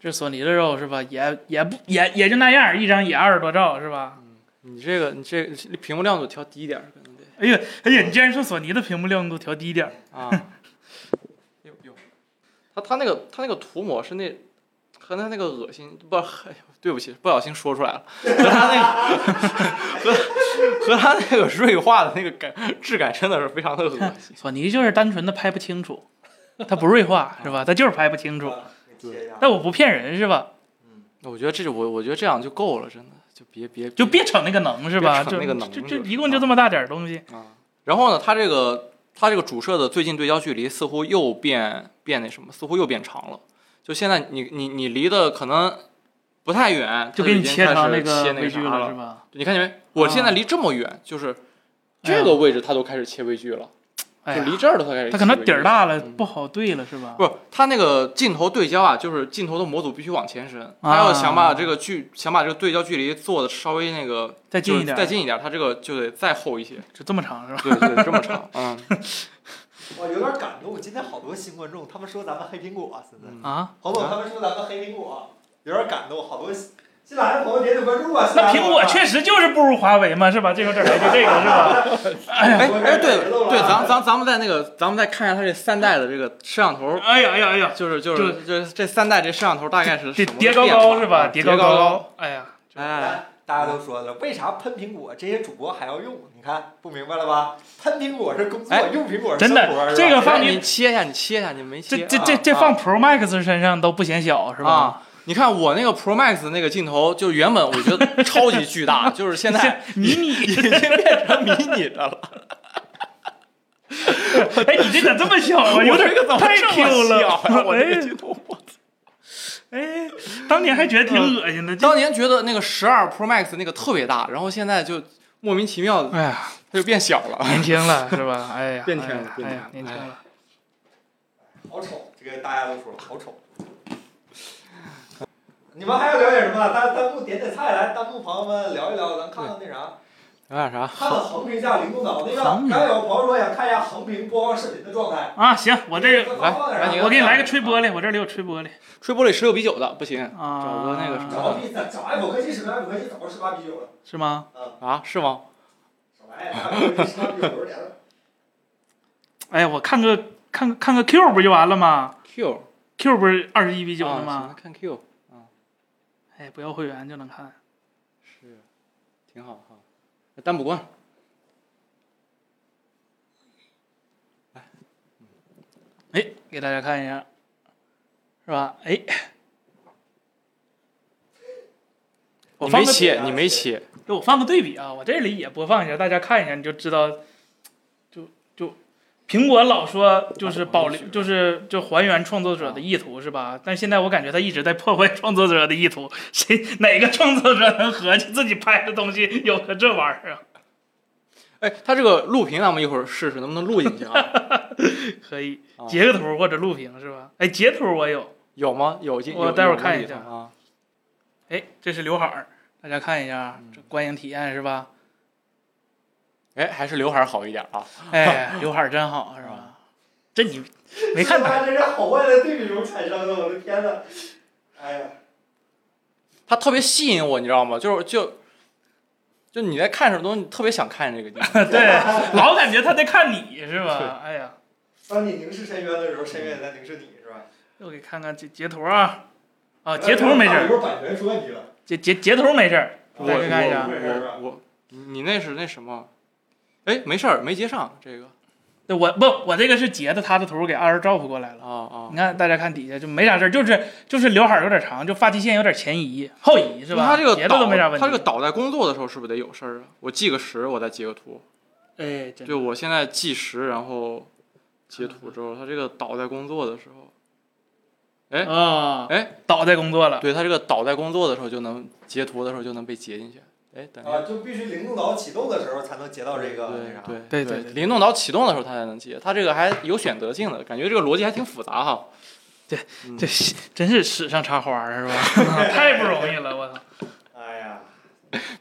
这索尼的肉是吧？也也不也也就那样，一张也二十多兆是吧？
你这个你这个屏幕亮度调低点儿，可能得
哎呀哎呀，你竟然说索尼的屏幕亮度调低点儿，
啊。 *laughs* 有有，他他那个他那个涂抹是那和他那个恶心不， *laughs* 哎呦对不起，不小心说出来了，和他那个和和他那个锐化的那个感质感真的是非常的恶心。
索尼就是单纯的拍不清楚，它不锐化是吧？它就是拍不清楚。
啊给切一下。
但我不骗人是吧？
我觉得这就我我觉得这样就够了，真的就别别
就别逞那个能是吧？
别
就
逞那个能
就
就
就是一共就这么大点儿东西。
啊。然后呢，它这个它这个主摄的最近对焦距离似乎又变变那什么，似乎又变长了。就现在你你你离的可能不太远，
就
它
给
已
你
经
切
开
成
始
个
切那
微
个
距
啥
了
了
是。吧？
你看见没？我现在
啊
离这么远，就是这个位置它都开始切微距了，
哎
就
呀，
离这儿了它开始切微距。
它可能底儿大了，
嗯
不好对了是吧？
不是，它那个镜头对焦啊，就是镜头的模组必须往前
啊
伸，它要想把这个距，想把这个对焦距离做的稍微那个
再近一
就是
点，
再近一点，它这个就得再厚一些，
*laughs* 就这么长是吧？
对对，这么长，嗯，
我哦有点感动，今天好多新观众，他们说咱们黑苹果、现在
嗯
啊，
啊黄总他们说咱们黑苹果、有点感动，好多新来的朋友点点关注啊！
那苹果确实就是不如华为嘛，是吧？这有点儿来就这个是
*laughs*
吧？
哎
我
哎，对了
我漏了啊
对，咱咱咱们在那个，咱们再看一下它这三代的这个摄像头，
哎呀哎呀哎呀，
就是就
就是
就是这三代这摄像头大概是
叠
什么
叠高
变化
高是吧？
啊
叠
叠
高
高高，
高，哎呀，
哎，
大家都说了，为啥喷苹果这些主播还要用？你看不明白了吧？喷苹果是工作，
哎
用苹果是
真
生
的
活，
这
是
个
吧？
*laughs* 放
哎
进
你切一下，你切一下，你没切
这这
啊
这这
啊
放 Pro Max 身上都不嫌小是吧？
啊！你看我那个 Pro Max 那个镜头，就是原本我觉得超级
*laughs*
巨大，就是现在
迷
*laughs*
你，
已经变成迷你的了。
哎，你这咋这么小啊？有点
*laughs* 我这个怎么
太
这么
Q 了
小呀，我这个
哎
镜头。
哎，当年还觉得挺恶心的，这
嗯当年觉得那个十二 Pro Max 那个特别大，然后现在就莫名其妙
哎呀，
它就变小了。
年轻了是吧？哎呀，
变天
哎
了
呀
变
哎
天
呀
了，
年轻了。
好丑，这个大家都说了，好丑。你们还要了解什么？弹弹幕点点菜来，弹幕朋友们聊一聊，咱看看那啥，
有点啥？
看看横屏下灵动岛那个。
横屏
刚有朋友说想看一下横屏播放视频的状态，
啊，行，我这
快
来
放点
来
啥
你
我给你来个吹玻璃，我这里有吹玻璃
*laughs* 吹玻璃十六比九的不行
啊，
找个那个什
找个
么
屁，找 Apple 科技十，Apple 科技早就十八比九了，
是吗？
啊？是吗？
什么玩意儿？Apple 科技十八比九多少年了？
哎呀，我看个看个看个 Q 不就完了吗
Q
？Q 不是二十一比九
啊
的
行
吗？
看 Q
哎，不要会员就能看。
是，挺好哈。单补关。
哎，给大家看一下，是吧？哎，我
你
放
没
个
切，
啊
你没切，
给我放个对比啊，我这里也播放一下，大家看一下，你就知道，就就苹果老说就是保留，就是就还原创作者的意图是吧？但现在我感觉他一直在破坏创作者的意图，谁哪个创作者能合计自己拍的东西有个这玩意儿啊？ *laughs*
哎，它这个录屏，咱们一会儿试试能不能录进去啊？
可以
啊
截个图或者录屏是吧？哎，截图我有，
有吗？有进。
我
有
待会儿
有
看
录
一下
进去啊。
哎，这是刘海儿，大家看一下啊这观影体验是吧？
哎，还是刘海儿好一点啊。
哎，刘海儿真好是吧？这你没看
他
他，
这是好坏的对比中产生的，我的天呐！哎呀，
它特别吸引我，你知道吗？就是就就你在看什么东西，你特别想看这个地
*laughs*
方。
对，老感觉他在看你是吧？哎呀。
当你凝视深渊的时候，深渊也在凝视你，是吧？
我给看看截截图啊，啊，截图没事
哎
一
儿，
会儿版权出问题了。
截截截图没事儿，
我
大家看一下
我我我，你那是那什么？哎，没事儿，没接上这个。
对我不，我这个是截的他的图给二人照顾过来了。
啊
你看，大家看底下就没啥事儿，就是就是刘海儿有点长，就发际线有点前移后移
啊！
是吧？
他这个
截的
导，
都没啥问题。
他这个导在工作的时候是不是得有事儿啊？我记个时，我再截个图。
哎，真的
就我现在计时，然后截图之后，它这个倒在工作的时候，哎
啊，
哎，
导在工作了，
对它这个倒在工作的时候就能截图的时候就能被截进去。哎，等一下，
啊，就必须灵动岛启动的时候才能截到这个那啥。
对
对
对对
对灵动岛启动的时候它才能截，它这个还有选择性的，感觉这个逻辑还挺复
*laughs*
杂哈。嗯
这是真是史上插花儿是
*laughs*
吧？太不容易了，我操！
哎呀，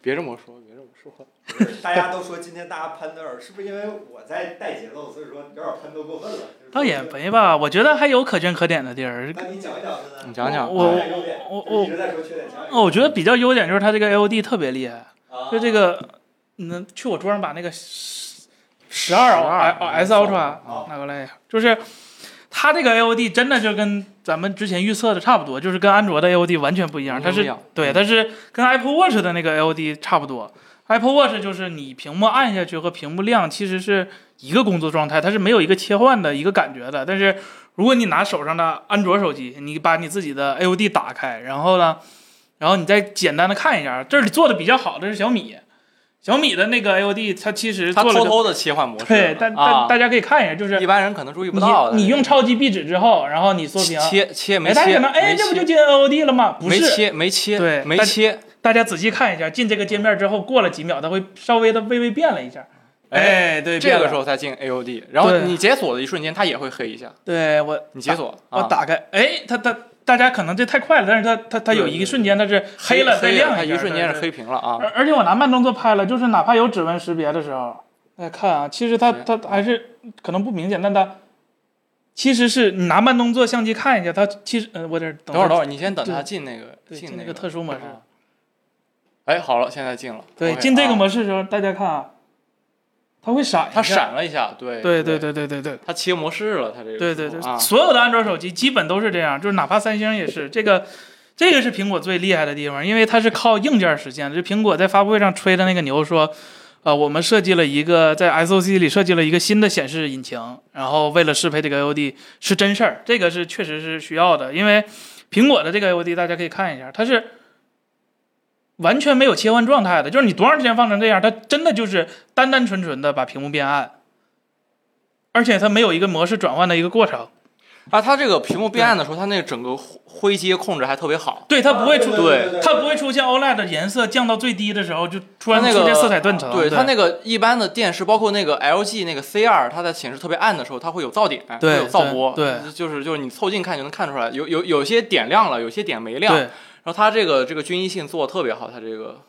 别这么说，别这么说。
不是大家都说今天大家喷的，是不是因为我在带节奏，所以说有点喷都过分了？
倒也没吧，我觉得还有可圈可点的地儿。
那你讲一讲真
你哎
的。
讲讲，
我
讲优点，
我
就
我
一直在说缺点，讲
哦我觉得比较优点就是它这个 AOD 特别厉害。
啊
就这个，你能去我桌上把那个十十二 S 哦 Ultra
啊
拿过来一下，就是它这个 AOD 真的就跟咱们之前预测的差不多，就是跟安卓的 AOD 完全不一样，它
不一
是
样嗯
对，它是跟 Apple Watch 的那个 AOD 差不多。Apple Watch 就是你屏幕按下去和屏幕亮其实是一个工作状态，它是没有一个切换的一个感觉的。但是如果你拿手上的安卓手机，你把你自己的 AOD 打开，然后呢，然后你再简单的看一下，这里做的比较好的是小米，小米的那个 AOD 它其实
它
做了
偷
个
偷的切换模式，
对，但但
啊
大家可以看一下，就是
一般人可能注意不
你
到的。
你用超级壁纸之后，然后你缩屏，
切切没
哎，大家
切，
可能哎，
没
这不就
切
进 AOD 了吗？不
没
是，
切没切，
对
没
但
切。
大家仔细看一下，进这个界面之后，过了几秒，它会稍微的微微变了一下。
哎
哎，对，
这
变
个
了
时候才进 AOD，然后
对
你解锁的一瞬间，它也会黑一下。
对我
你解锁，
我
啊
打开，哎，它它大家可能这太快了，但是它它它有
对
一
对
瞬间它是黑了再
黑
亮
它
下
一瞬间
对
是黑屏了啊。
而而且我拿慢动作拍了，就是哪怕有指纹识别的时候，大家看啊，其实它它还是可能不明显，但它其实是你拿慢动作相机看一下，它其实呃，我这
等会儿，等
等
会儿，你先等它
对
进那个
对进那
那
个特殊模式
啊哎，好了，现在进了。
对，
OK，
进这个
啊
模式的时候，大家看啊，它会闪，
它。闪了一下，对
对对，对对对对
它切模式了，它这个
对对对，
啊，
所有的安卓手机基本都是这样，就是哪怕三星也是这个。这个是苹果最厉害的地方，因为它是靠硬件实现的。就苹果在发布会上吹的那个牛说，呃，我们设计了一个在 SOC 里设计了一个新的显示引擎，然后为了适配这个 AOD 是真事儿，这个是确实是需要的，因为苹果的这个 AOD 大家可以看一下，它是完全没有切换状态的，就是你多长时间放成这样，它真的就是单单纯纯的把屏幕变暗，而且它没有一个模式转换的一个过程，
啊，它这个屏幕变暗的时候，它那个整个灰灰阶控制还特别好。
对，它不会出，
对
它不会出现 OLED 的颜色降到最低的时候就突然
它那
出
个
现色彩断层，
对它
它
那个一般的电视，包括那个 LG 那个 C 2它在显示特别暗的时候，它会有噪点，
对
会有噪波，
对
就是就是你凑近看就能看出来，有有有些点亮了，有些点没亮。
对
然后它这个这个均一性做的特别好，它这个，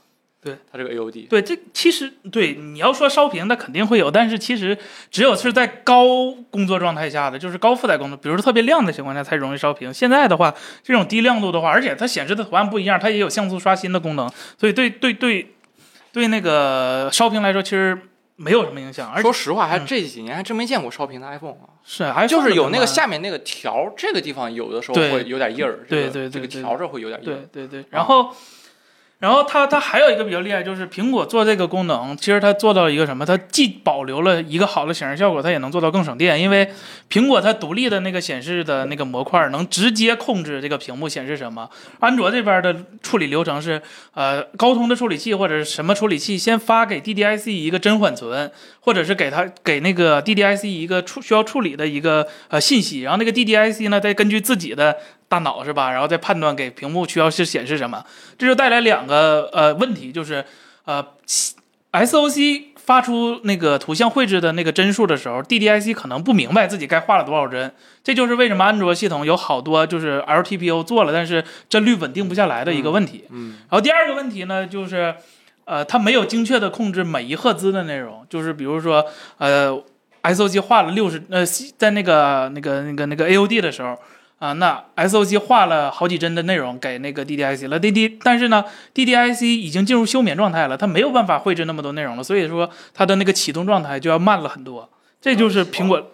对
它这个 AOD，
对，这其实对你要说烧屏，那肯定会有，但是其实只有是在高工作状态下的，就是高负载工作，比如说特别亮的情况下才容易烧屏。现在的话，这种低亮度的话，而且它显示的图案不一样，它也有像素刷新的功能，所以对对对对那个烧屏来说，其实没有什么影响。而且
说实话，还
嗯
这几年还真没见过烧屏的 iPhone 啊。
是还
就是有那个
下。
下面那个条儿，这个地方有的时候
对
会有点印儿，
对
这个
对对
这个
对
条这会有点印儿
对。对对，然后，然后它它还有一个比较厉害，就是苹果做这个功能，其实它做到一个什么？它既保留了一个好的显示效果，它也能做到更省电，因为苹果它独立的那个显示的那个模块能直接控制这个屏幕显示什么。安卓这边的处理流程是，呃，高通的处理器或者是什么处理器先发给 DDIC 一个真缓存，或者是给它给那个 DDIC 一个处需要处理的一个呃信息，然后那个 DDIC 呢再根据自己的大脑是吧，然后再判断给屏幕需要是显示什么，这就带来两个呃问题，就是呃 SOC 发出那个图像绘制的那个帧数的时候，DDIC 可能不明白自己该画了多少帧，这就是为什么安卓系统有好多就是 LTPO 做了，但是帧率稳定不下来的一个问题。
嗯，
然后第二个问题呢，就是，呃，它没有精确的控制每一赫兹的内容，就是比如说，呃，SOG 画了六十，呃，西在那个那个那个那个 AOD 的时候。啊，那 SOG 画了好几帧的内容给那个 DDIC 了，DD，但是呢，DDIC 已经进入休眠状态了，它没有办法绘制那么多内容了，所以说它的那个启动状态就要慢了很多。这就是苹果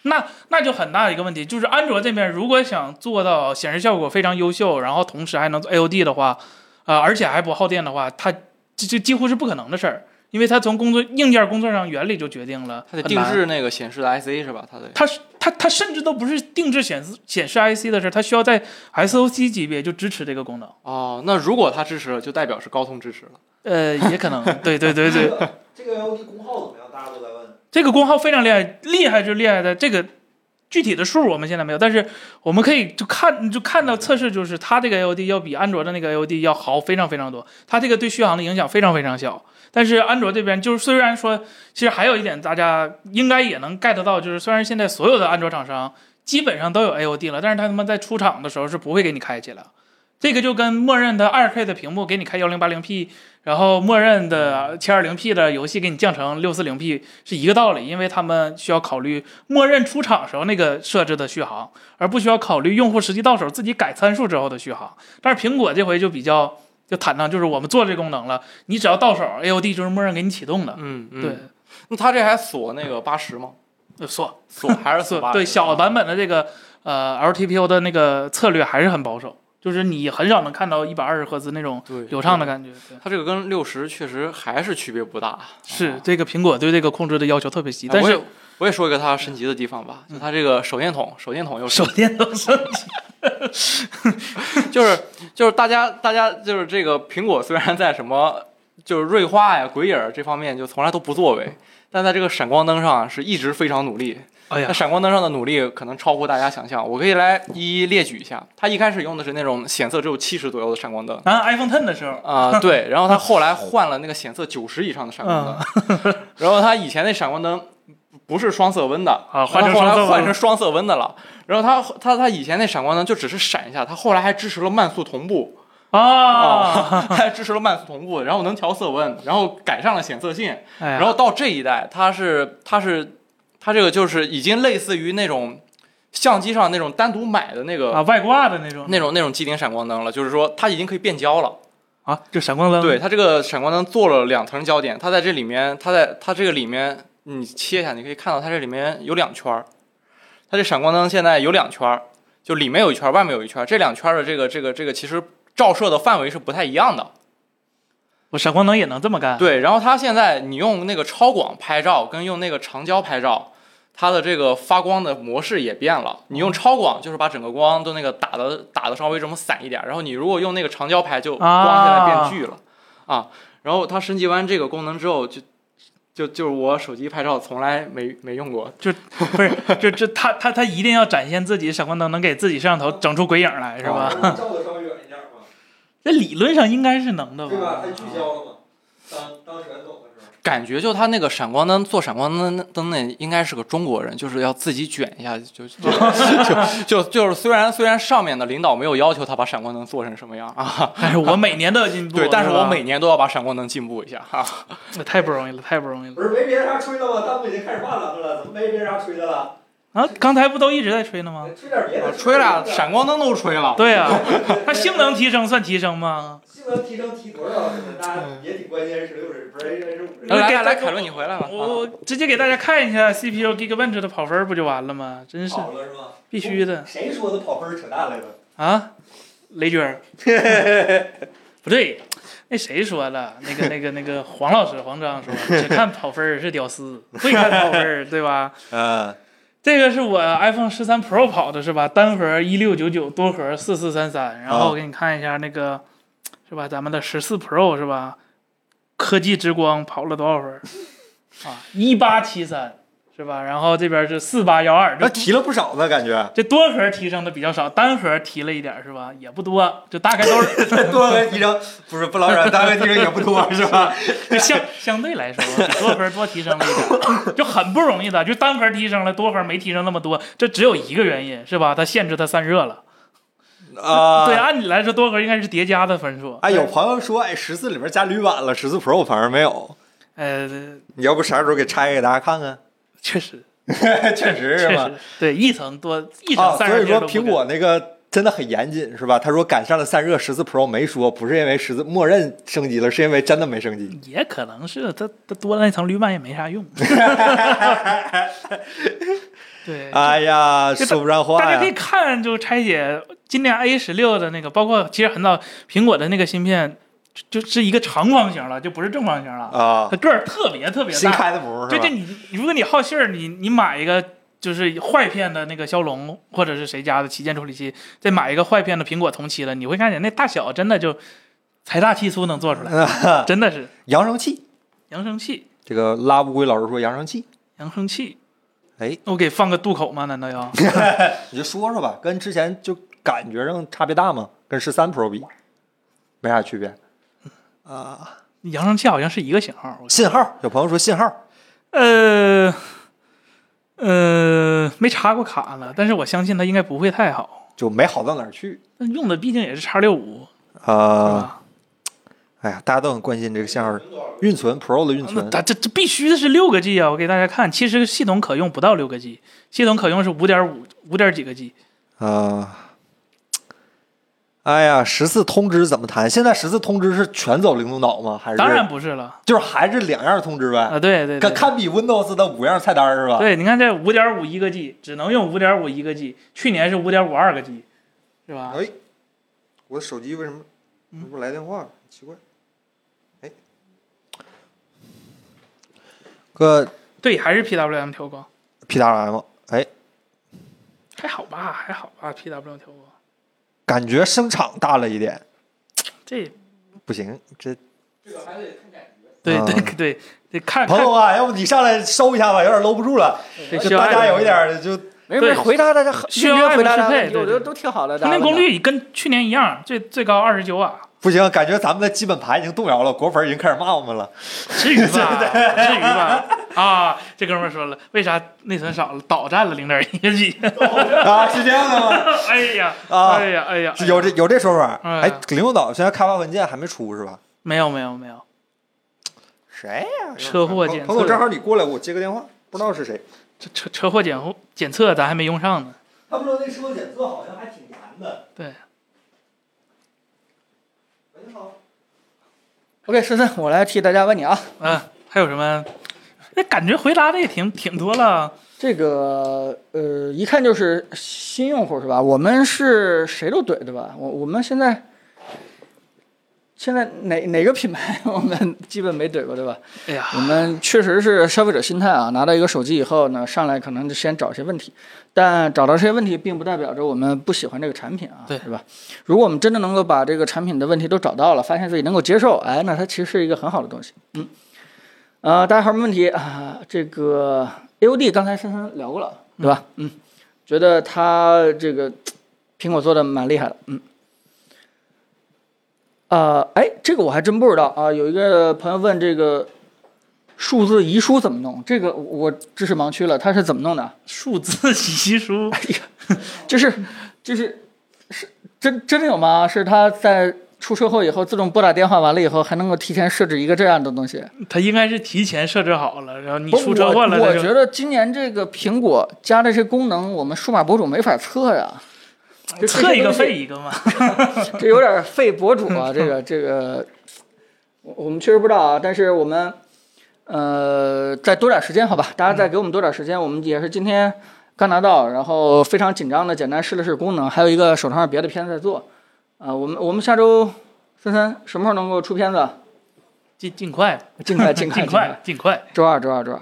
那那就很大一个问题，就是安卓这边如果想做到显示效果非常优秀，然后同时还能做 AOD 的话，呃，而且还不耗电的话，它这这几乎是不可能的事儿，因为它从工作硬件工作上原理就决定了
它得
很
定
难
制那个显示的 IC 是吧？它得
它是它它甚至都不是定制显示显示 IC 的事儿，它需要在 SOC 级别就支持这个功能。
哦，那如果它支持了，就代表是高通支持了。
呃，也可能， *laughs* 对对对对，
对，这个 AOD 功耗怎么样？大家都在问。
这个功耗非常厉害，厉害就厉害在这个具体的数我们现在没有，但是我们可以就看就看到测试，就是它这个 AOD 要比安卓的那个 AOD 要好非常非常多，它这个对续航的影响非常非常小。但是安卓这边就是虽然说，其实还有一点大家应该也能 get 到，就是虽然现在所有的安卓厂商基本上都有 AOD 了，但是他们在出厂的时候是不会给你开起来。这个就跟默认的 2K 的屏幕给你开 1080P，然后默认的 720P 的游戏给你降成 640P 是一个道理，因为他们需要考虑默认出厂时候那个设置的续航，而不需要考虑用户实际到手自己改参数之后的续航。但是苹果这回就比较就坦荡，就是我们做这功能了，你只要到手 AOD 就是默认给你启动的，
嗯，
对，
那它这还锁那个八十吗？
呃 *laughs* 锁
锁还是
锁
*laughs*
啊
锁80？
对小版本的这个呃 LTPO 的那个策略还是很保守，就是你很少能看到一百二十赫兹那种
对
流畅的。感觉。对，
它这个跟六十确实还是区别不大。
是
啊，
这个苹果对这个控制的要求特别细，
哎
但
我
是嗯
也我也说一个它升级的地方吧，就它这个手电筒，手电筒又是
手电都升级，
就是就是大家大家就是这个苹果虽然在什么就是锐化呀、鬼影儿这方面就从来都不作为，但在这个闪光灯上啊是一直非常努力。
哎
*laughs* 那
呀，
闪光灯上的努力可能超乎大家想象，我可以来一一列举一下。它一开始用的是那种显色只有七十左右的闪光灯。
拿 iPhone Ten 的时候， *laughs*
啊、对，然后它后来换了那个显色九十以上的闪光灯，
嗯
*laughs* 然后它以前那闪光灯不是双色温的，
啊换
它
成
后
双色
来
温
换
了
成双色温的了。然后它它它以前那闪光灯就只是闪一下，它后来还支持了慢速同步， *laughs*
啊，
啊，它支持了慢速同步，然后能调色温，然后改善了显色性，
哎呀
然后到这一代，它是它是它这个就是已经类似于那种相机上那种单独买的那个、
啊外挂的那种
那种那种机顶闪光灯了，就是说它已经可以变焦了，
啊，这闪光灯，
对，它这个闪光灯做了两层焦点，它在这里面，它在它这个里面，你切一下，你可以看到它这里面有两圈儿，它这闪光灯现在有两圈儿，就里面有一圈儿，外面有一圈儿，这两圈儿的这个这个这个其实照射的范围是不太一样的。
我闪光灯也能这么干，
对，然后它现在你用那个超广拍照跟用那个长焦拍照，它的这个发光的模式也变了。你用超广就是把整个光都那个打的打的稍微这么散一点，然后你如果用那个长焦拍，就光现在变巨了啊然后它升级完这个功能之后就。就就是我手机拍照从来没没用过，
不是，这这他他他一定要展现自己闪光灯能给自己摄像头整出鬼影来，是
哦
吧？
吧？照的稍微远一点嘛，
这理论上应该是能的
对吧？
吧
它？聚焦了嘛，当当时懂的时候，
感觉就他那个闪光灯做闪光灯灯那应该是个中国人，就是要自己卷一下，就就 *laughs* 就就就是虽然虽然上面的领导没有要求他把闪光灯做成什么样啊，
但是哎我每年都有进步，
对，但是啊我
吧
每年都要把闪光灯进步一下哈、
这太不容易了，太不容易了
不是没别人啥吹了吗？弹幕已经开始骂咱们了，怎么没别人啥吹的了？
啊！刚才不都一直在吹呢吗？
吹点别的，
吹了，闪光灯都吹了，
对呀、它性能提升算提升吗？
性能提升提多少？大家也挺关心 H 六不是 H 五
来
给
来来，
给
凯伦你回来吧，
我直接给大家看一下 CPU Geekbench 的跑分不就完了吗？真是
好了是吗？
必须的
谁说的跑分扯淡来着？
啊！雷军儿，不对，那谁说了？那个那个那个黄老师黄章说，只看跑分儿是屌丝，会看跑分儿，对吧？
嗯，
这个是我 iPhone 十三 Pro 跑的是吧？单核一六九九，多核四四三三。然后我给你看一下那个，是吧？咱们的十四 Pro 是吧？科技之光跑了多少分？啊，一八七三是吧？然后这边是四八幺二，
那
这
提了不少呢，感觉
这多核提升的比较少，单核提了一点是吧？也不多，就大概都是
*laughs* *laughs* 多个提升不是不老远，单个提升也不多是吧？
就相相对来说比多核多提升了一点，就很不容易的。就单核提升了，多核没提升那么多，这只有一个原因是吧？它限制它散热了。
*laughs* 啊
对，按理来说多核应该是叠加的分数。
哎，有朋友说，哎，十四里面加铝板了，十四 Pro 反而没有。
呃，
你要不啥时候给拆给大家看看？
确实，
*laughs* 确实
确
是吧
实？，对，一层多一层
啊，
散
所
热
以
阶
说
都不
苹
高
果那个真的很严谨，是吧？他说赶上了散热，十四 Pro 没说，不是因为十四默认升级了，是因为真的没升级。
也可能是它它多了那层铝板也没啥用。 *laughs* 对，
哎呀，
这
说不上
大
话
家可以
呀。
看，就是拆解今年 A 十六的那个，包括其实很早苹果的那个芯片，就就是一个长方形了，就不是正方形了，
啊
它，个儿特别特别
新
大。
开的膜是
对
吧
对，？你你如果你好信儿，你你买一个就是坏片的那个骁龙，或者是谁家的旗舰处理器，再买一个坏片的苹果同期的，你会看见那大小真的就财大气粗能做出来，
*laughs*
真的是
扬声器，
扬声器，
这个拉乌龟老师说扬声器，
扬声器。
哎，
我给放个渡口吗？难道要？ *laughs*
你就说说吧，跟之前就感觉上差别大吗？跟十三 Pro 比，没啥区别。啊，
扬声器好像是一个型号，我
信号，有朋友说信号，
呃呃，没插过卡呢，但是我相信它应该不会太好。
就没好到哪儿去
但用的毕竟也是叉六五，是
啊。
吧？
哎呀，大家都很关心这个信号，运存 Pro 的运
啊那
存
它这这必须的是六个 G 啊！我给大家看，其实系统可用不到六个 G，系统可用是五点五五点几个 G。
啊。哎呀，十四通知怎么谈？现在十四通知是全走灵动岛吗？还是
当然不是了
就是还是两样通知呗？
啊！对对
可
对，
堪比 Windows 的五样菜单是吧？
对，你看这五点五一个 G，只能用五点五一个 G，去年是五点五二个 G，是吧？
哎，我的手机为什么
嗯
不来电话？奇怪。哎，哥
对，还是 PWM 调光，
PWM，哎，
还好吧，还好吧，PWM 调光，
感觉声场大了一点，
这
不行，这
这个还得看感
对
啊
对对得看
朋
看
友啊，要不你上来收一下吧，有点搂不住了。
这
就
需要
大家
爱
有
的
一点儿就
没
对
没回答大家很
需要
认真回答大家
爱慕
问
适
题，
配
我觉
对
得
对
都挺好的。大
充
家
电
问
功
的
率跟去年一样，最最高二十九瓦，
不行，感觉咱们的基本盘已经动摇了，果粉已经开始骂我们了。
至于
*laughs*
吧？至于吧？啊，这哥们儿说了，为啥内存少了，导占了零点一个 G？
啊，是这样的吗？
*laughs* 哎呀，
啊
哎呀，哎呀，
是有这有这说法。
嗯
哎，灵动岛现在开发文件还没出是吧？
没有没有没有，
谁呀、
车祸检测
朋友正好你过来，我接个电话，不知道是谁。
这车车祸检后检测咱还没用上呢。
他们说那车检测好像还挺难的。
对。
喂，你好。
OK，深圳，我来替大家问你啊，
啊，还有什么？那感觉回答的也挺挺多了。
这个呃，一看就是新用户是吧？我们是谁都怼对吧？我我们现在现在哪哪个品牌 *laughs* 我们基本没怼过对吧？
哎呀，
我们确实是消费者心态啊，拿到一个手机以后呢，上来可能就先找一些问题，但找到这些问题，并不代表着我们不喜欢这个产品啊，
对
是吧？如果我们真的能够把这个产品的问题都找到了，发现自己能够接受，哎，那它其实是一个很好的东西。嗯，呃，大家还有什么问题啊？这个 AOD 刚才珊珊聊过了，对吧？嗯，觉得它这个苹果做的蛮厉害的，嗯。啊，哎，这个我还真不知道啊。有一个朋友问这个数字遗书怎么弄？这个我我知识盲区了，它是怎么弄的？
数字习书，
就是就是是真真的有吗？是他在出车祸以后自动拨打电话完了以后，还能够提前设置一个这样的东西？
他应该是提前设置好了，然后你
不
出车祸了，
我我
他
觉
就
得今年这个苹果加的这功能，我们数码博主没法测呀、这
测一个，
这些
废一个嘛。
东西 *laughs* 这有点废博主啊！这 *laughs* 个这个，我我们确实不知道啊，但是我们。呃，再多点时间，好吧，大家再给我们多点时间。我们也是今天刚拿到，然后非常紧张的，简单试了试功能，还有一个手头上别的片子在做。啊、我们我们下周森森什么时候能够出片子？
尽尽快，
尽快，*laughs* 尽
尽
快，尽快！
快，尽快。
周二，周二，周二。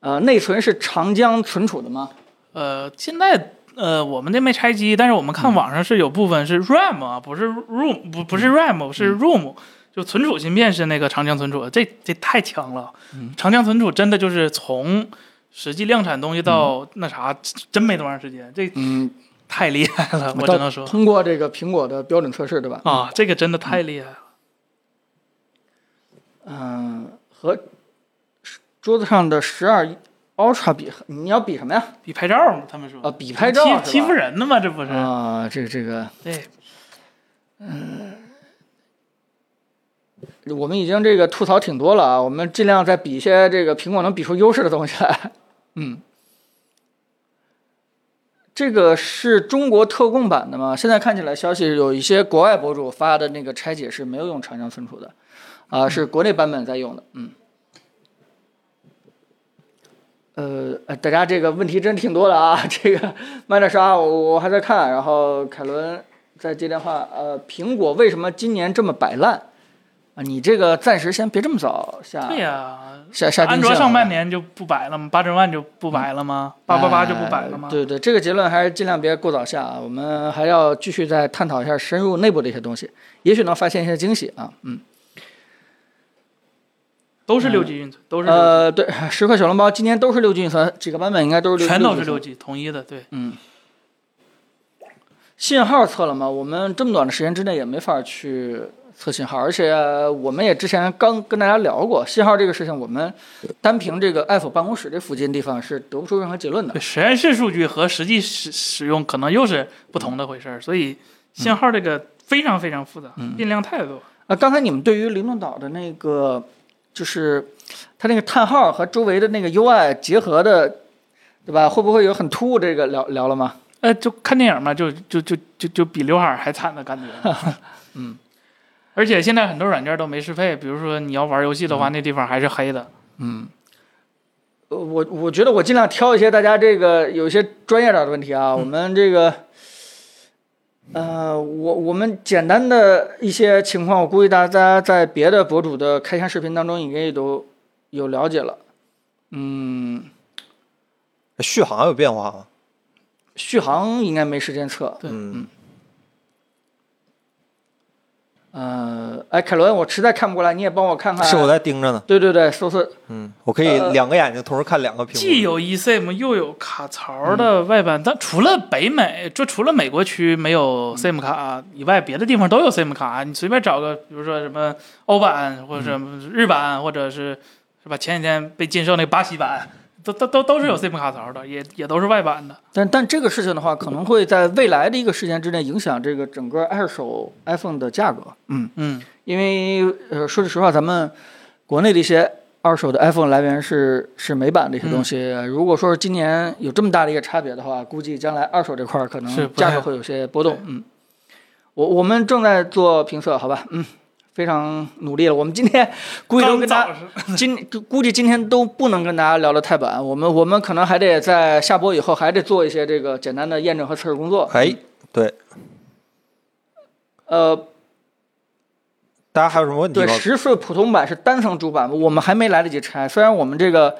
呃，内存是长江存储的吗？
呃，现在呃我们这没拆机，但是我
嗯
们看网上是有部分是 RAM 啊，不是 ROM，不不是 RAM，是
嗯
ROM，、就存储芯片是那个长江存储，这这太强了。
嗯
长江存储真的就是从实际量产东西到那啥，真没多长时间，这
嗯，
太厉害了，我只能说
通过这个苹果的标准测试，对吧？
啊，这个真的太厉害了。
嗯、和桌子上的十二 Ultra 比，你要比什么呀？
比拍照嘛，他们说
啊，比拍照
嗯欺欺负
人
人的嘛，这不是？
啊，这个这个。
对，
我们已经这个吐槽挺多了啊，我们尽量再比一些这个苹果能比出优势的东西来。嗯，这个是中国特供版的吗？现在看起来消息有一些国外博主发的那个拆解是没有用长江存储的，啊、是国内版本在用的。嗯，呃，呃大家这个问题真挺多的啊，这个慢点刷，我我还在看。然后凯伦在接电话，呃，苹果为什么今年这么摆烂？啊，你这个暂时先别这么早下
对呀、
下下定
安
性
卓
啊
上半年就不白了吗？八针万就不白了吗？八八八就不白了吗
嗯哎？对对，这个结论还是尽量别过早下啊，我们还要继续再探讨一下深入内部的一些东西，也许能发现一些惊喜啊。嗯，
都是六 G 运存，都是六 G
呃，对，十块小笼包今年都是六 G 运存，几个版本应该都是六 G，
全都是
运
六
存
G 统一的，对，
嗯，信号测了吗？我们这么短的时间之内也没法去测信号，而且呃我们也之前刚跟大家聊过信号这个事情，我们单凭这个 Apple 办公室这附近地方是得不出任何结论的
对。实验室数据和实际使使用可能又是不同的回事儿，所以信号这个非常非常复杂，变量太多。
啊，刚才你们对于灵动岛的那个，就是它那个叹号和周围的那个 UI 结合的，对吧？会不会有很突兀这个聊聊了吗？
呃，就看电影嘛，就就就就就比刘海儿还惨的 *laughs* 感觉。
嗯，
而且现在很多软件都没适配，比如说你要玩游戏的话，那地方还是黑的。
嗯，呃我我觉得我尽量挑一些大家这个有一些专业点的问题
嗯
啊，我们这个。呃，我我们简单的一些情况，我估计大家在别的博主的开箱视频当中应该也都有了解了。嗯，
哎续航有变化吗？
续航应该没时间测，
对
嗯，
呃，哎，凯伦，我实在看不过来，你也帮我看看。
是我在盯着呢。
对对对，搜搜，
嗯，我可以
呃
两个眼睛同时看两个屏幕。
既有 eSIM 又有卡槽的外板，但除了北美，就除了美国区没
嗯
有 SIM 卡以外，别的地方都有 SIM 卡。啊你随便找个，比如说什么欧版或者什么
嗯
日版，或者是是吧？前几天被禁售那个巴西版，都都都
嗯
都是有 SIM 卡槽的，也也都是外版的。
但但这个事情的话，可能会在未来的一个时间之内影响这个整个二手 iPhone 的价格。嗯，
嗯，
因为呃，说句实话，咱们国内的一些二手的 iPhone 来源是是美版的一些东西。
嗯
呃如果说是今年有这么大的一个差别的话，估计将来二手这块儿可
是
能
不太
价格会有些波动。嗯，我我们正在做评测，好吧？嗯，非常努力了。我们今天估计都
刚
跟大
早
家
上
*laughs* 今估计今天都不能跟大家聊得太晚，我们我们可能还得在下播以后还得做一些这个简单的验证和测试工作。
哎，对，
呃，
大家还有什么问题
对，
吗？
十寸普通版是单层主板，我们还没来得及拆。虽然我们这个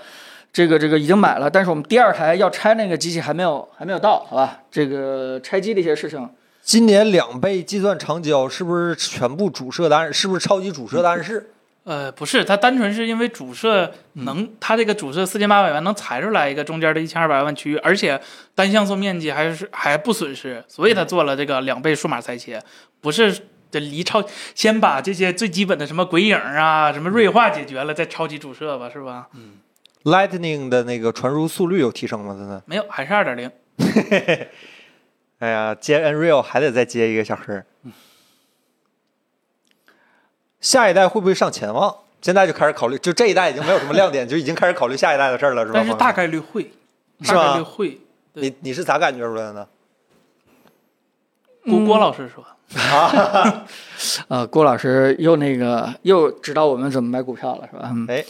这个这个已经买了，但是我们第二台要拆那个机器还没有还没有到，好吧？这个拆机的一些事情，
今年两倍计算长焦是不是全部主摄的暗？是不是超级主摄的暗
*laughs*
示？
呃，不是，它单纯是因为主摄
嗯
能，它这个主摄四千八百万能裁出来一个中间的一千二百万区域，而且单像素面积还是还不损失，所
嗯
以它做了这个两倍数码裁切，不是这离超先把这些最基本的什么鬼影啊、什么锐化解决了，再超级主摄吧，是吧？
嗯
Lightning 的那个传输速率有提升吗？真的？
没有，还是二点零。
哎呀，接 Unreal 还得再接一个小时。下一代会不会上潜望？现在就开始考虑，就这一代已经没有什么亮点，就已经开始考虑下一代的事儿了，是吧？
但是大
朋友
概率会，
是
大
吧
概率会。
们你你是咋感觉出来的呢？
郭郭老师说，
呃，郭老师又那个又指导我们怎么买股票了，是吧？嗯
哎，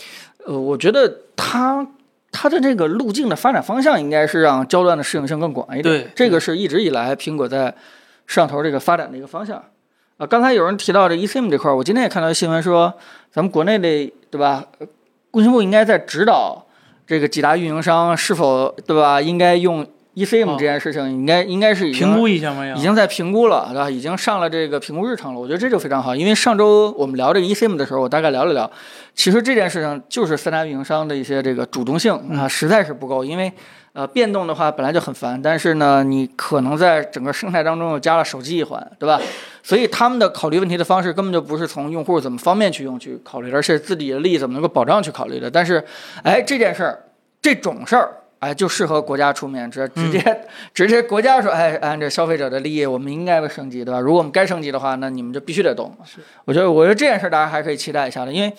呃，我觉得他他的这个路径的发展方向应该是让焦段的适应性更广一点。
对
这个是一直以来苹果在摄像头这个发展的一个方向。啊、刚才有人提到这 eSIM 这块儿，我今天也看到新闻说，咱们国内的对吧，呃工信部应该在指导这个几大运营商是否对吧，应该用 eSIM
哦
这件事情，应该应该是已经
评估一下没
已
有？
经在评估了，对吧？已经上了这个评估日程了。我觉得这就非常好，因为上周我们聊这个 eSIM 的时候，我大概聊了聊，其实这件事情就是三大运营商的一些这个主动性啊，实在是不够，因为呃变动的话本来就很烦，但是呢，你可能在整个生态当中又加了手机一环，对吧？所以他们的考虑问题的方式根本就不是从用户怎么方便去用去考虑的，而是自己的利益怎么能够保障去考虑的。但是，哎，这件事儿，这种事儿。哎，就适合国家出面，直直接、直接国家说，哎，按照消费者的利益，我们应该会升级，对吧？如果我们该升级的话，那你们就必须得动。
是，
我觉得，我觉得这件事儿大家还可以期待一下的，因为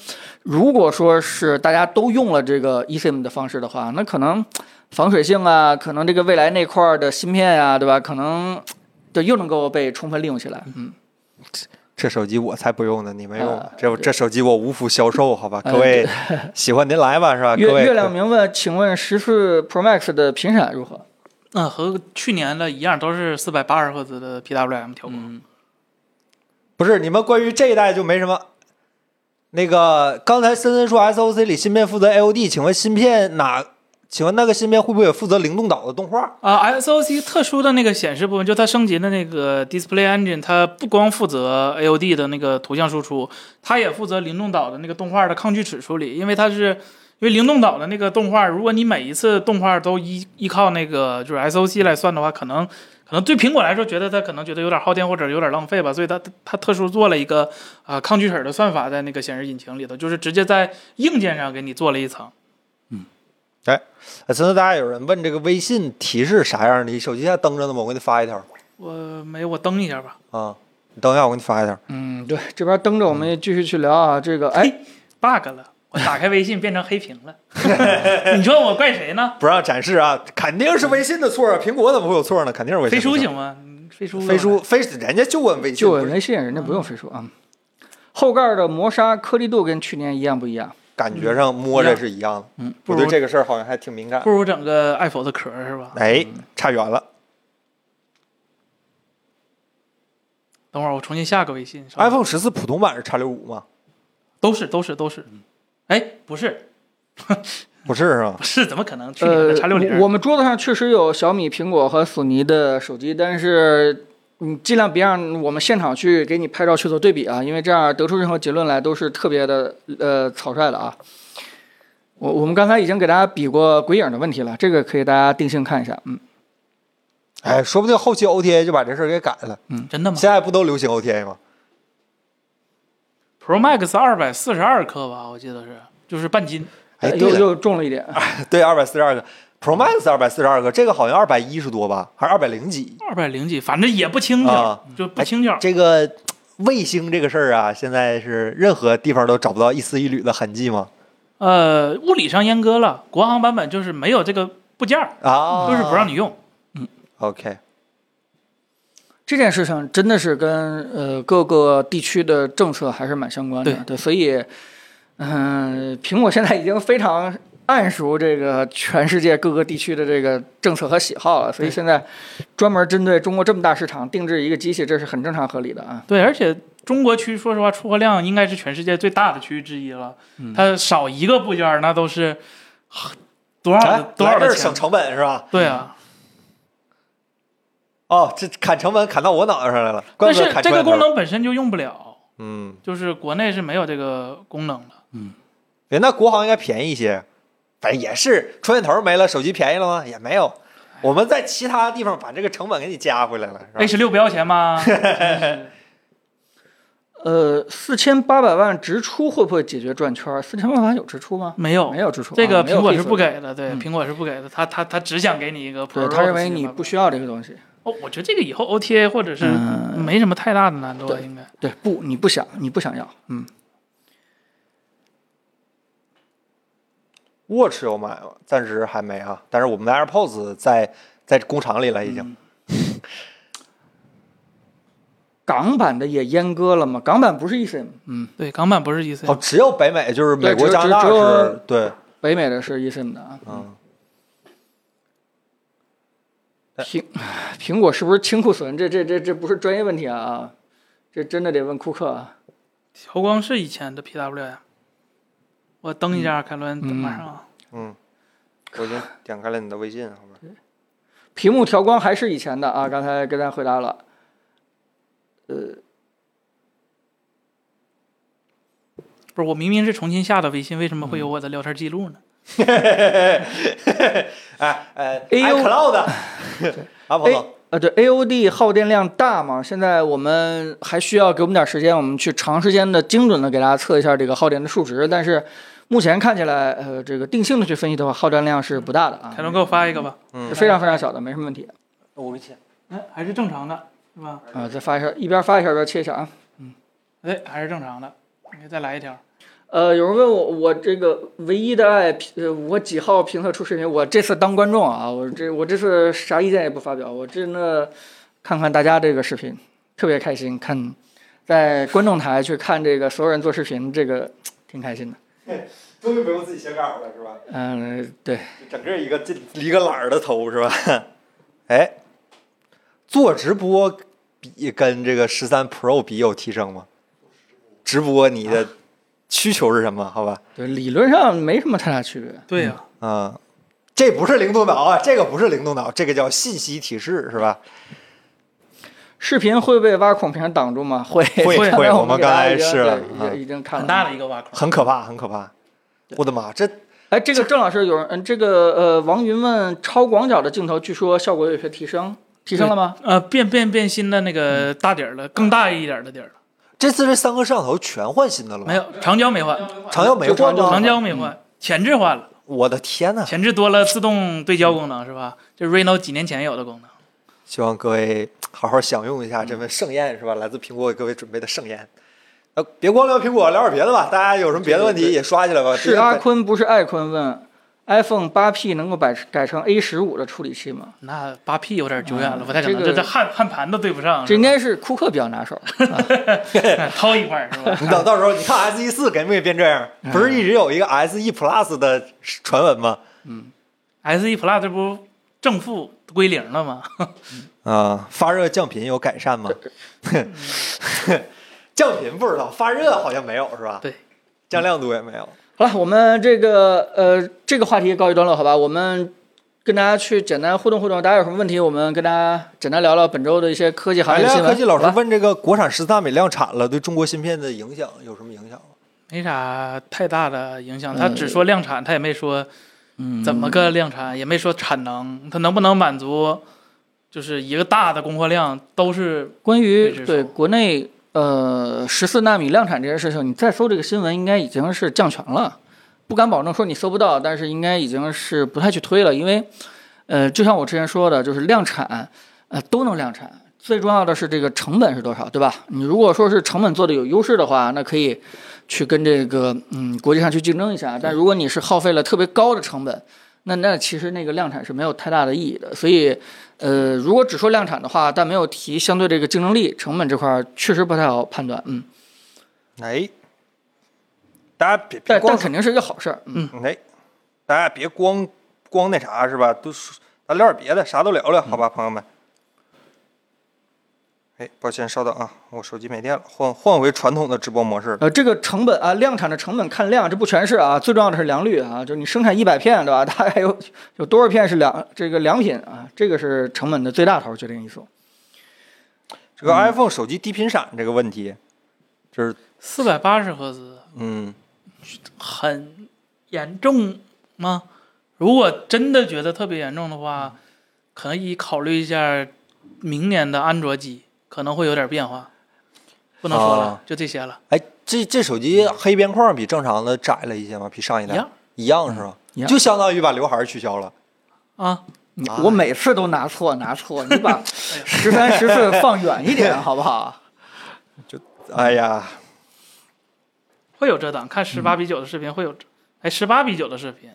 如果说是大家都用了这个 E eSIM 的方式的话，那可能防水性啊，可能这个未来那块儿的芯片啊，对吧？可能就又能够被充分利用起来。嗯，
这手机我才不用呢，你没用
啊。
这这手机我无福消受，好吧？
呃
各
*laughs*
位喜欢您来吧，是吧？
月
各位
月亮明问，请问十四 Pro Max 的频闪如何？
嗯，和去年的一样，都是四百八十赫兹的 PWM 调
嗯
光。
不是你们关于这一代就没什么。那个刚才森森说 SOC 里芯片负责 AOD，请问芯片哪？请问那个芯片会不会也负责灵动岛的动画？
啊、s o c 特殊的那个显示部分，就它升级的那个 Display Engine，它不光负责 AOD 的那个图像输出，它也负责灵动岛的那个动画的抗锯齿处理，因为它是。因为灵动岛的那个动画，如果你每一次动画都依依靠那个就是 SOC 来算的话，可能可能对苹果来说，觉得它可能觉得有点耗电或者有点浪费吧，所以它它特殊做了一个啊、呃抗锯齿的算法在那个显示引擎里头，就是直接在硬件上给你做了一层。
呃森森，大家有人问这个微信提示啥样的？你手机还登着呢吗？我给你发一条
我没有，我登一下吧。
啊，你等一下，我给你发一条。
嗯，对，这边蹬着我们继续去聊啊。这个，哎，
bug 了，我打开微信变成黑屏了。你说我怪谁呢？
不让展示啊，肯定是微信的错啊！苹果怎么会有错呢？肯定是微信
飞
的错。
书行吗？嗯飞书，
飞书，飞人家就问微信，
就
不
问
是嗯
微信，人家不用飞书啊。后盖的磨砂颗粒度跟去年一样不一样？
感觉上摸着是一样的。
嗯，
我
不
对
如
这个事儿好像还挺敏感
不。如整个 Apple 的壳儿是吧？
哎，差远了。
等会儿我重新下个微信。稍等
iPhone 十四普通版是叉六五吗？
都是都是都是，哎，不是
不是是吧？
不是，怎么可能？去年
呃
的叉六，零
我我们桌子上确实有小米、苹果和索尼的手机，但是你尽量别让我们现场去给你拍照去做对比啊，因为这样得出任何结论来都是特别的呃草率的啊。我我们刚才已经给大家比过鬼影的问题了，这个可以大家定性看一下。嗯，
哎，说不定后期 OTA 就把这事儿给改了。
嗯真的吗
现在不都流行 OTA 吗？
？Pro Max 二百四十二克吧，我记得是，就是半斤。
哎，
又
对了，
又重了一点。
对，二百四十二个 Pro Max 二百四十二个，这个好像二百一十多吧，还是二百零几？
二百零几，反正也不轻巧，
啊
就不轻巧。
这个嘖卫星这个事儿啊，现在是任何地方都找不到一丝一缕的痕迹吗？
呃，物理上阉割了，国行版本就是没有这个部件儿，
啊，
就是不让你用。
OK，
这件事情真的是跟呃各个地区的政策还是蛮相关的。
对
所以嗯、苹果现在已经非常谙熟这个全世界各个地区的这个政策和喜好了，所以
对
现在专门针对中国这么大市场定制一个机器，这是很正常合理的啊。
对，而且中国区说实话，出货量应该是全世界最大的区域之一了。
嗯
它少一个部件儿，那都是多少
哎
的多少
来这
的
儿
钱
省？成本是吧？
对
嗯
啊，
哦，这砍成本砍到我脑袋上来了，怪
但
不得
是
砍
这
成
个
本
功，能本身就用不了，
嗯，
就是国内是没有这个功能的。
哎，那国行应该便宜一些，反正也是充电头没了，手机便宜了吗？也没有，我们在其他地方把这个成本给你加回来了，
哎
是吧？
H 六不要
*laughs*
钱吗？
呃，四千八百万直出会不会解决转圈？四千八百万有直出吗？
没有，
没有支出，
这
啊
个
没有
苹果是
feature
不给的，对，
嗯
苹果是不给的，他他他只想给你一个 Pro
对
的
他认
自
为
己的
你
版
不
本
需要这个东西。
哦，我觉得这个以后 OTA 或者是
嗯
没什么太大的难度了，
对
应该。
对，不，你不想，你不想要，嗯，
Watch 有买吗？暂时还没啊，但是我们的 AirPods 在在工厂里了已
嗯
经。
港版的也阉割了嘛？港版不是 eSIM，嗯，
对，港版不是 E EC，
哦，只有北美，就是美国、
对只有
加拿大
只有
是，对，
北美的是 eSIM 的啊。
嗯，
苹苹果是不是清库存？这这这这不是专业问题啊，这真的得问库克啊。
调光是以前的 PW 呀。我登一下，凯伦，
嗯
马上啊。
*laughs* 我已经点开了你的微信，后面
屏幕调光还是以前的啊，刚才跟大家回答了。
不是，我明明是重新下的微信，为什么会有我的聊天记录呢？
哎哎
哎呦
，iCloud，啊，彭总，
呃，对，AOD 耗电量大嘛？现在我们还需要给我们点时间，我们去长时间的精准的给大家测一下这个耗电的数值。但是目前看起来，呃，这个定性的去分析的话，耗电量是不大的啊
凯，伦给我发一个吧。
嗯
是非常非常小的，没什么问题
我没钱。
哎，还是正常的，是吧？
啊、再发一下，一边发一下一边切一下啊。
哎，还是正常的。你再来一条。
呃，有人问我，我这个唯一的爱，呃，我几号评测出视频？我这次当观众啊，我这我这次啥意见也不发表，我真的看看大家这个视频，特别开心，看在观众台去看这个所有人做视频，这个挺开心的。
终于不用自己写稿了，是吧？
嗯、对，
整个一个这一个懒儿的头是吧？ *laughs* 哎，做直播比跟这个十三 Pro 比有提升吗？直播你的需求是什么？好吧，
对，理论上没什么太大区别。
对呀、
嗯，这不是灵动岛啊，这个不是灵动岛，这个叫信息提示是吧？
视频会被挖孔屏挡住吗？会
会
刚才
会
我
我们
们给
刚
大家
才
已经
试了啊
对已经已经看了
很大的一个挖坑。
很可怕，很可怕！我的妈，这
哎，这个郑老师有人，嗯，这个呃，王云问超广角的镜头，据说效果有些提升，提升了吗？
呃，变变变新的那个大底儿了，更大一点的底儿了。
这次这三个摄像头全换新的了
没
吗？
有，长焦没换，
长焦没
就
换
长焦
吗
长？焦没换，前置换了。
我的天呐！
前置多了自动对焦功能是吧？这 Reno 几年前有的功能。
希望各位好好享用一下
嗯
这份盛宴，是吧？来自苹果给各位准备的盛宴。呃，别光聊苹果，聊点别的
嗯
吧。大家有什么别的问题也刷起来吧。
是啊
第一
阿坤不是艾坤问，iPhone 八 P 能够改改成 A 十五的处理器吗？
那八 P 有点久远了，
嗯
不太可能。
这
这
个
这焊焊盘都对不上，
这应
是
该是库克比较拿手。
*laughs* 吧哎掏一块儿是吧？
你等到时候你看 S E 四给没给变这样？
嗯
不是一直有一个 S E Plus 的传闻吗？
S E Plus 这不正负归零了吗？
啊、发热降频有改善吗？ *laughs* 降频不知道，发热好像没有，是吧？
对，
降亮度也没有。
好了，我们这个呃这个话题告一段落，好吧？我们跟大家去简单互动互动，大家有什么问题，我们跟大家简单聊聊本周的一些科技行
海
业新
量
闻。
哎科技老
好
师
吧
问这个国产十纳米量产了，对中国芯片的影响有什么影响吗？
*laughs* 没啥太大的影响，
嗯
他只说量产，他也没说怎么个量产，也没说产能，它能不能满足，就是一个大的供货量都是
关于
对这
对
种
国内呃十四纳米量产这件事情，你再搜这个新闻，应该已经是降权了。不敢保证说你搜不到，但是应该已经是不太去推了，因为呃，就像我之前说的，就是量产呃都能量产，最重要的是这个成本是多少，对吧？你如果说是成本做的有优势的话，那可以去跟这个嗯国际上去竞争一下，但如果你是耗费了特别高的成本。那那其实那个量产是没有太大的意义的。所以，呃，如果只说量产的话，但没有提相对这个竞争力、成本这块儿，确实不太好判断。嗯，
哎，大家别别
但但
光
肯定是一个好事儿。嗯，
哎，大家别光光那啥是吧？都是咱聊点别的，啥都聊聊，好
嗯
吧，朋友们。哎，抱歉，稍等啊，我手机没电了，换换回传统的直播模式了。
呃，这个成本啊，量产的成本看量，这不全是啊，最重要的是良率啊，就是你生产一百片，对吧？ *laughs* 大概有有多少片是良这个良品啊？这个是成本的最大头决定因素。
这
嗯
个 iPhone 手机低频闪这个问题，就是
四百八十赫兹
嗯，
很严重吗？嗯如果真的觉得特别严重的话，可能一考虑一下明年的安卓机可能会有点变化。不能说了，
啊
就这些了。
哎，这这手机黑边框比正常的窄了一些吗？比上一
一
代
样
一样是吧？
嗯一样
就相当于把刘海儿取消了。
啊，
你
啊
我每次都拿错，拿错，你 *laughs* 把十三、十四放远一点，好不好？
哎呀，
会有这档，看十
嗯
八比九的视频会有这，哎，十八比九的视频，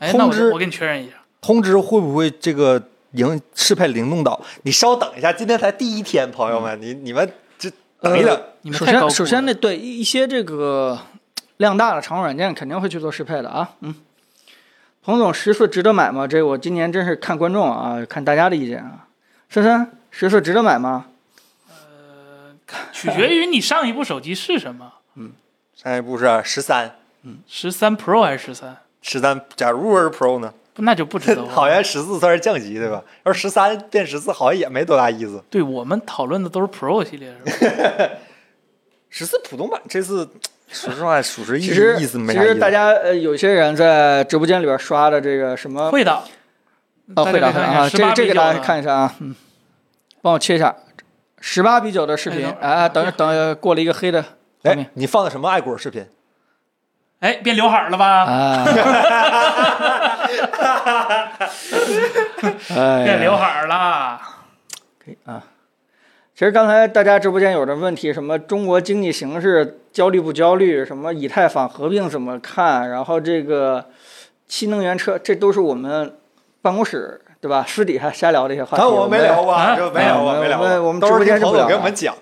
哎，
通
那我
知
就我给你确认一下。
通知会不会这个影适配灵动岛？你稍等一下，今天才第一天，朋友们，你你们这等一等。
你们
首
太高估
先，
了
首先那对一一些这个量大的常用软件肯定会去做适配的啊。嗯，彭总十四值得买吗？这我今年真是看观众啊，看大家的意见啊。森森十四值得买吗？
取决于你上一部手机是什么，
上一步是十三，
十三 Pro 还是十三？
十三，假如是 Pro 呢？
不那就
*laughs*
不知道
*laughs*
了。
好像十四算是降级对吧？要是十三变十四，好像也没多大意思。
对我们讨论的都是 Pro 系列，是吧？
十四普通版这次，说实话，属实意
其实
意思没
其
啥意
实
思。
大家呃，有些人在直播间里边刷的这个什么
会的，
啊，会的
大家可
会的
以看一
啊，这个
下18
这个
比九
大
的
家看一下啊，嗯，帮我切一下十八比九的视频
哎，等会儿
哎，等等过了一个黑的画面
哎，你放的什么爱国视频？
哎，变刘海儿了吧？
啊， *laughs*
*laughs*
哎
变
呀
刘海儿了。
啊。其实刚才大家直播间有的问题，什么中国经济形势焦虑不焦虑，什么以太坊合并怎么看，然后这个新能源车，这都是我们办公室对吧？私底下瞎聊这些话题，
看我
们
没聊过啊，
啊
就没聊过，
啊
没聊
我
过。
们我们
都
直播
是听
间是不
彭总
聊
给我
的
们讲。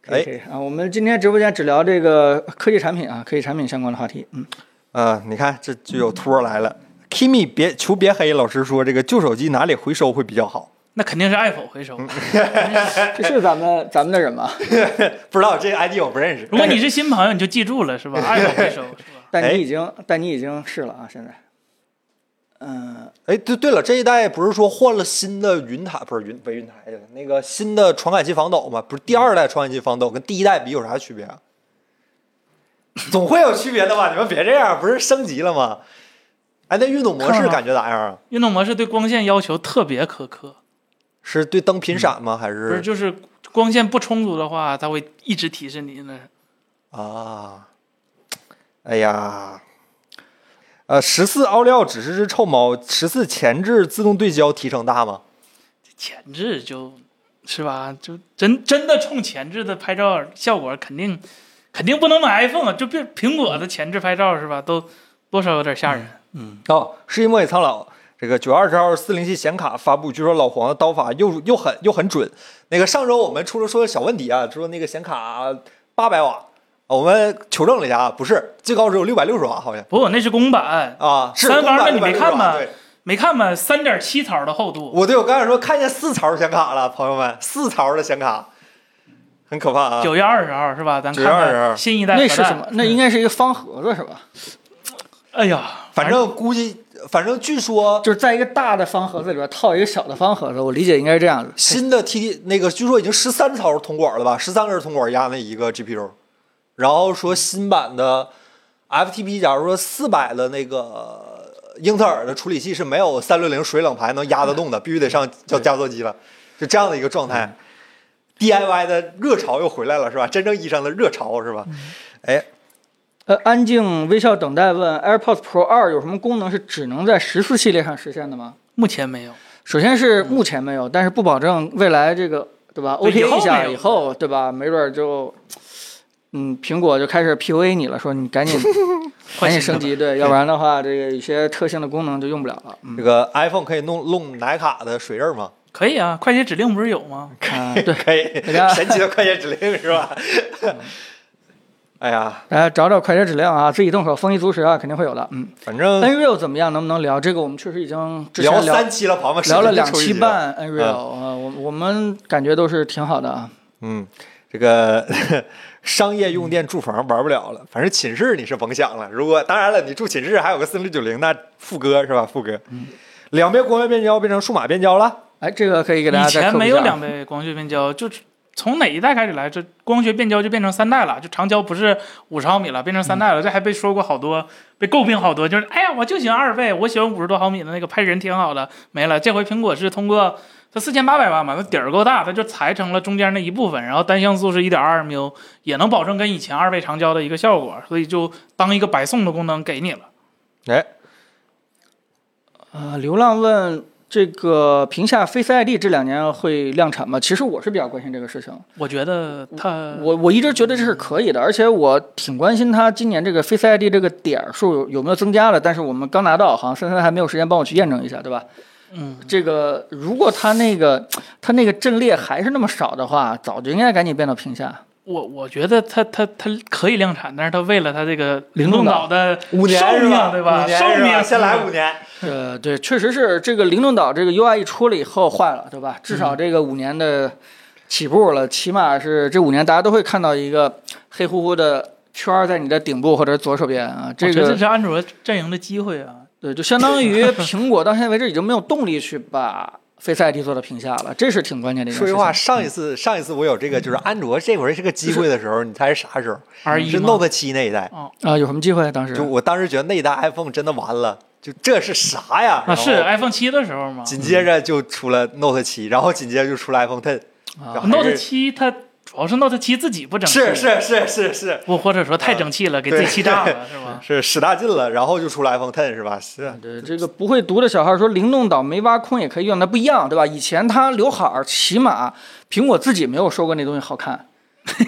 可
哎
以可以啊，我们今天直播间只聊这个科技产品啊，科技产品相关的话题。嗯，
啊，你看这就有托儿来了。Kimi 别求别黑，老师说这个旧手机哪里回收会比较好？
那肯定是爱否回
嗯
收。
哎
这是咱们咱们的人吗？
不知道这个 ID 我不认识。
如果你是新朋友，你就记住了，是吧？爱否回
*laughs*
收，是吧？
但
哎
你已经但你已经是了啊，现在。嗯，
哎，对对了，这一代不是说换了新的云台，不是云不是云台去了，那个新的传感器防抖吗？不是第二代传感器防抖跟第一代比有啥区别啊？总会有区别的吧？你们别这样，不是升级了吗？哎，那运动模
看
式
了吗
感觉咋样啊？
运动模式对光线要求特别苛刻，
是对灯频闪吗？还
嗯不是
是
就是光线不充足的话，它会一直提示你那
啊？哎呀，呃，十四奥利奥只是只臭猫，十四前置自动对焦提升大吗？
前置就，是吧？就真真的冲前置的拍照效果，肯定肯定不能买 iPhone 啊！就别苹果的前置拍照是吧？都多少有点吓
嗯
人。
哦，是因为苍老这个九月二十号四零系显卡发布，据说老黄的刀法又又很又很准。那个上周我们出了说小问题啊，说那个显卡八百瓦，啊我们求证了一下啊，不是最高只有六百六十瓦，好像
不过那是公版，
啊是
三
公
八
版
的你没看
吗
吗？
对
没看吧？三点七槽的厚度，
我对我刚才说看见四槽显卡了，朋友们，四槽的显卡很可怕啊！
九月二十号是吧？咱
9
看
月20号
看新一代
那
核
是
弹
什么？？那应该是一个方盒子是吧？
嗯
*laughs* 哎呀，
反正估计，反正据说
就是在一个大的方盒子里边套一个小的方盒子，我理解应该是这样子。
新的 T 那个据说已经十三槽铜管了吧，十三根铜管压那一个 GPU，然后说新版的 FTP，假如说四百的那个英特尔的处理器是没有三六零水冷排能压得动的，必须得上叫压缩机了，就这样的一个状态。DIY 的热潮又回来了是吧？真正意义上的热潮是吧？
嗯
哎，
呃，安静微笑等待问 AirPods Pro 二有什么功能是只能在十四系列上实现的吗？
目前没有。
首先是目前没有，但是不保证未来这个对吧
对以
？OTA
后
一下
没有
以后对吧？没准儿就嗯，苹果就开始 PUA 你了，说你赶紧赶紧升级，对，要不然的话，这个有些特性的功能就用不了了。嗯
这，个 iPhone 可以弄弄奶卡的水印吗？
可以啊，快捷指令不是有吗？
啊，
*laughs*
对，嗯
可以，
大家
神奇的快捷指令是吧？哎呀，
大家找找快捷指令啊，自己动手，丰衣足食啊，肯定会有的。嗯
反正
，Nreal 怎么样？能不能聊？这个我们确实已经之前
聊
聊
三期了，朋友们，
聊了
时间
两
就
期
了。
半 Nreal 啊，我我们感觉都是挺好的啊。
嗯，这个 *laughs* 商业用电住房玩不了了，反正寝室你是甭想了。如果当然了，你住寝室还有个四零九零，那副歌是吧？副歌，两边光学变焦变成数码变焦了。
哎，这个可以给大家
以
再科
前
普一下
没有
啊
两倍光学变焦，就从哪一代开始来，这光学变焦就变成三代了，就长焦不是五十毫米了，变成三代了。
嗯
这还被说过好多，被诟病好多，就是哎呀，我就喜欢二倍，我喜欢五十多毫米的那个拍人挺好的，没了。这回苹果是通过它四千八百万嘛，它底儿够大，它就裁成了中间那一部分，然后单像素是一点二 μ，也能保证跟以前二倍长焦的一个效果，所以就当一个白送的功能给你了。
哎，
呃，流浪问这个屏下 Face ID 这两年会量产吗？其实我是比较关心这个事情，
我觉得它
我我一直觉得这是可以的，而且我挺关心它今年这个 Face ID 这个点儿数有有没有增加了。但是我们刚拿到，好像森森还没有时间帮我去验证一下，对吧？
嗯，
这个如果它那个它那个阵列还是那么少的话，早就应该赶紧变到屏下。
我我觉得它它它可以量产，但是它为了它这个
灵
灵
动
动
岛
岛的
五年
寿
是吧？嗯
命对吧？
五年
寿
是吧
命啊
先来五年。
呃，对，确实是这个灵动岛这个 UI 一出了以后坏了，对吧？至
嗯
少这个五年的起步了，起码是这五年大家都会看到一个黑乎乎的圈儿在你的顶部或者左手边啊。
我
这
觉
个
得这是安卓阵营的机会啊！
对，就相当
*laughs*
于苹果到现在为止已经没有动力去把 Face ID 做到屏下了，这是挺关键的一件
说
事
实
情。
话，上一次上一次我有这个就是安卓这回是个机会的时候，你猜是啥时候
R1
是
吗
Note 七那一代。
啊、有什么机会？当时
就我当时觉得那一代 iPhone 真的完了，就这是啥呀？
啊，是
然后
iPhone 七的时候吗
紧接着就出了 Note 七，然后紧接着就出了 iPhone Ten。
啊，
？Note 七它主要是 Note 七自己不整气，
是是啊是是是
不或者说太争气了，给自己气炸了是吗？
是使大劲了，然后就出了 iPhone Ten 是吧？是，
对这个不会读的小孩说灵动岛没挖空也可以用，那不一样，对吧？以前它刘海儿，起码苹果自己没有说过那东西好看，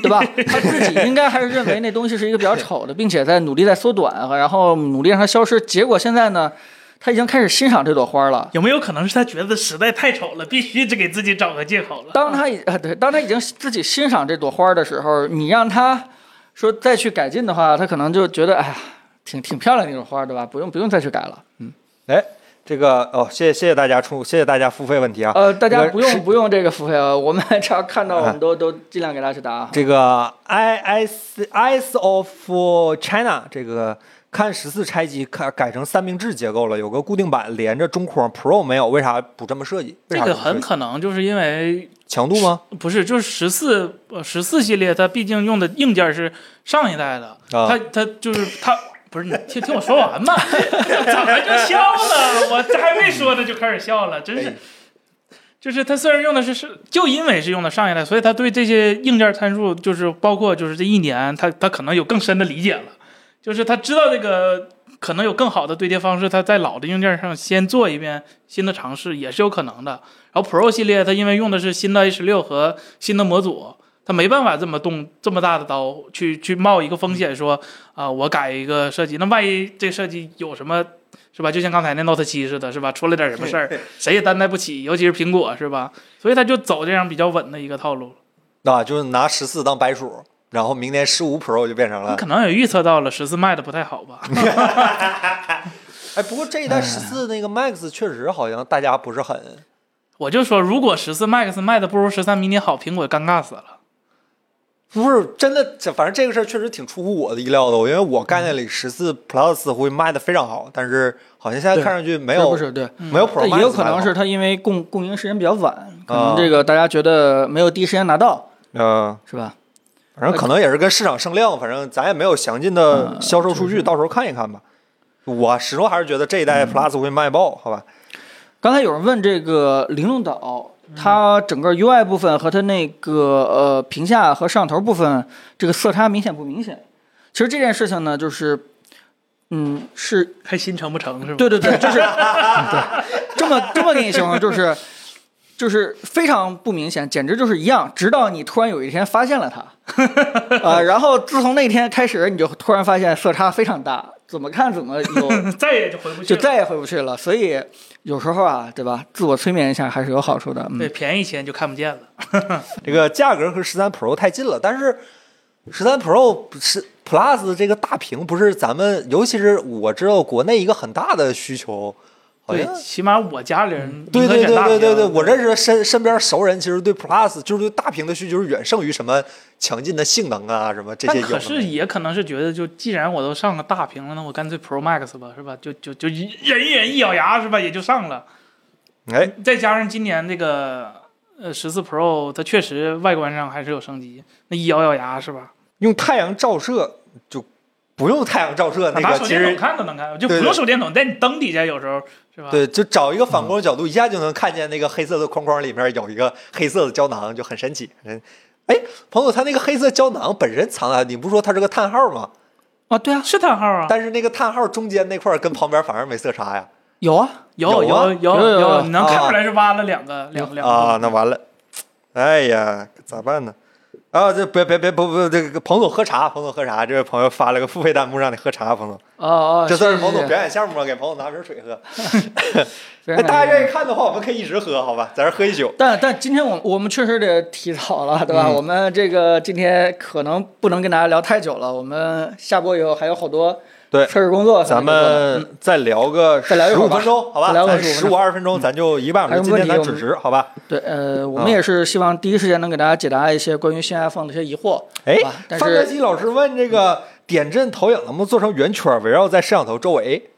对吧？ *laughs* 他自己应该还是认为那东西是一个比较丑的，并且在努力在缩短，然后努力让它消失。结果现在呢，他已经开始欣赏这朵花了。
有没有可能是他觉得实在太丑了，必须得给自己找个借口了？
当他已啊对，当他已经自己欣赏这朵花的时候，你让他说再去改进的话，他可能就觉得哎呀，挺挺漂亮那种花，对吧？不用不用再去改了。
哎，这个哦，谢谢谢谢大家出，谢谢大家付费问题啊。
呃，大
这
家
个
不
是哎
用不用这个付费啊，我们 *laughs* 只要看到我们都都尽量给大家去答啊。
这个 I I C Eyes of China 这个看十四拆机改改成三明治结构了，有个固定版连着中框，Pro 没有，为啥不这么设计？为
这
啥
个
不设计
很可能就是因为
强度吗？
不是，就是十四呃十四系列，它毕竟用的硬件是上一代的，
啊
它它就是它不是你听听我说完嘛， *laughs* 怎么就笑了？我这还没说呢就开始笑了，真是。就是它虽然用的是是，就因为是用的上一代，所以它对这些硬件参数，就是包括就是这一年，它它可能有更深的理解了，就是它知道这个可能有更好的对接方式，它在老的硬件上先做一遍新的尝试也是有可能的。然后 Pro 系列它因为用的是新的 A 十六和新的模组，它没办法这么动这么大的刀去去冒一个风险说啊、我改一个设计，那万一这设计有什么是吧？就像刚才那 Note 七似的，是吧？出了点什么事儿，谁也担待不起，尤其是苹果是吧？所以它就走这样比较稳的一个套路。
啊，就是拿十四当白鼠，然后明年十五 Pro 就变成了
可能也预测到了十四卖的不太好 *laughs* 吧？
哎，不过这一代十四那个 Max 确实好像大家不是很
我就说，如果十四 Max 卖的不如十三 mini 好，苹果尴尬死了。
不是真的，这反正这个事儿确实挺出乎我的意料的，因为我概念里十四 Plus 会卖的非常好，但是好像现在
对
看上去没
是
有
不是对，
没有 Pro，
但
Max
也有可
卖
能
得
是
好
它因为供供应时间比较晚，可
啊
能这个大家觉得没有第一时间拿到，
嗯，
是吧？
反正可能也是跟市场声量，反正咱也没有详尽
嗯
的销售数据，到时候看一看吧。我始终还是觉得这一
嗯
代 Plus 会卖爆，好吧？
刚才有人问这个灵动岛，它整个 UI 部分和它那个呃屏下和摄像头部分这个色差明显不明显？其实这件事情呢，就是嗯是
看新成不成是吧？
对对对，就是对，这么这么给你形容，就是就是非常不明显，简直就是一样。直到你突然有一天发现了它， *laughs* 呃，然后自从那天开始，你就突然发现色差非常大，怎么看怎么有
再也就回不去
就
了。
再也回不去了。所以有时候啊，对吧？自我催眠一下还是有好处的。
对，
嗯，
便宜钱就看不见了。
这个价格和十三 Pro 太近了，但是十三 Pro 是 Plus 这个大屏，不是咱们，尤其是我知道国内一个很大的需求，好
对
像，。
起码我家里人
对对对对对对，我认
识
识的身身边熟人，其实对 Plus 就是对大屏的需求远胜于什么强劲的性能啊，什么这些
但
有的没
可
的。
是也可能是觉得，就既然我都上了大屏了，那我干脆 Pro Max 吧，是吧？就就就一忍一忍，一咬牙是吧，也就上了。
哎，
再加上今年这个呃十四 Pro，它确实外观上还是有升级，那一咬咬牙是吧？
用太阳照射就不用太阳照射那
拿
个，
手
其
电筒
实
看都能看，就不
对对
用手电筒，在你灯底下有时候是吧？
对，就找一个反光角度，一下就能看见那个黑色的框框里面有一个黑色的胶囊，就很神奇。嗯哎，朋友，他那个黑色胶囊本身藏在，你不是说它是个叹号吗？
哦，对啊，
是叹号啊，
但是那个叹号中间那块儿跟旁边反而没色差呀。
有啊，
有
有啊
有有
有有有
你能看
啊
出来是挖了两个两两
啊，
个
那完了，哎呀，咋办呢？啊，这别别别不不，这个彭总喝茶，彭总喝茶，这位朋友发了个付费弹幕让你喝茶，彭总，
哦
啊
哦，
这算是
是
彭总
是
表演项目吗？给彭总拿瓶水喝。
非
哎，
常
大家
感谢
愿意看的话，我们可以一直喝，好吧？在这喝一宿。
但但今天我我们确实得提早了，对吧？
嗯
我们这个今天可能不能跟大家聊太久了，我们下播以后还有好多
对
事儿工作才
咱
能做呢，
们再聊个
再聊一
十
会
五
儿吧
分钟，好吧？
再聊个
咱
15
十
分
五
钟
二十分钟，咱就一个半小
还有
时。今天
问题
咱
我
准
们
时，好吧？
对呃，我
啊
们也是希望第一时间能给大家解答一些关于新 iPhone 的一些疑惑，
哎
好吧？，啊但
范德
是
基老师问这个点阵投影能不能做成圆圈，围绕在摄像头周围？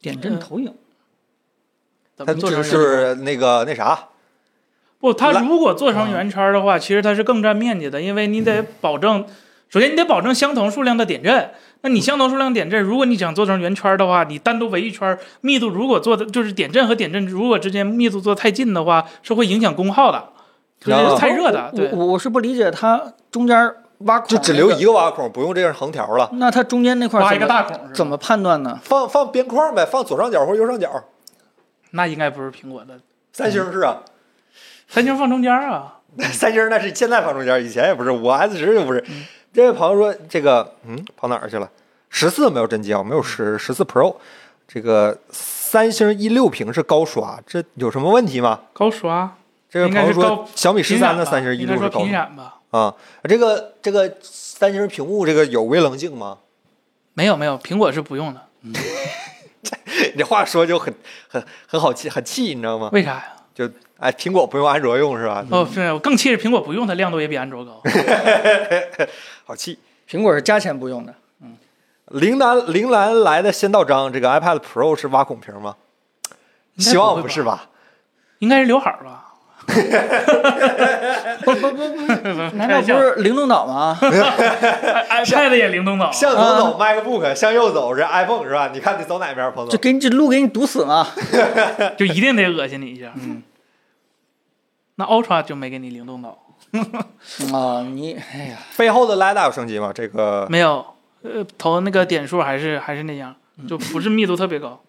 点阵投影，
怎
它
么
就
做成
是就
圆圈
是那个那啥，
不，它
拉
如果做
啊
成圆圈的话，其实它是更占面积的，因为你
嗯
得保证，首先你得保证相同数量的点阵。那你相同数量点阵，如果你想做成圆圈的话，你单独围一圈，密度如果做的就是点阵和点阵如果之间密度做太近的话，是会影响功耗的，就
啊
是太热的。
我
对，
我我是不理解它中间挖孔
就只留
那个
一个挖孔，不用这样横条了。
那它中间那块儿
挖
怎
一个
么
大孔是吧
怎么判断呢？
放放边框呗，放左上角或右上角。
那应该不是苹果的，
嗯
三星是啊，
三星放中间啊。
*laughs* 三星那是现在放中间，以前也不是，五 S 十就不是。
嗯
这位朋友说这个，嗯，跑哪儿去了？十四没有真机啊，我没有十十四 Pro。这个三星一六屏是高刷，这有什么问题吗？
高刷，
这位
应
朋友
该是
说
高
小米十
频
三
闪
的
吧
三星一
应该
六
说
是高
频
刷
闪吧？
啊。这个这个三星屏幕这个有微棱镜吗？ *laughs*
没有没有，苹果是不用的，
你这话说就很很很好气，很气，你知道吗？
为啥呀？
就哎，苹果不用安卓用是吧？
哦，是我更气是苹果不用，它亮度也比安
*laughs*
卓高。
好气。
苹果是加钱不用的，
铃兰铃兰来的先到章，这个 iPad Pro 是挖孔屏吗？
应该不会吧
希望不是吧？
应该是刘海儿吧？
不不不不，难
难
道不是灵动岛吗？
哎
iPad 也灵动岛？
向左走 MacBook，向右走是 iPhone 是吧？你看你走哪边，彭
这
总？
给你这路给你堵死吗？
就一定得恶心你一下。嗯， *laughs* 那 Ultra 就没给你灵动岛，
啊，你哎呀，
背后的 LiDAR 有升级吗？这个
没有，呃，投那个点数还是还是那样，
嗯
就不是密度特别高。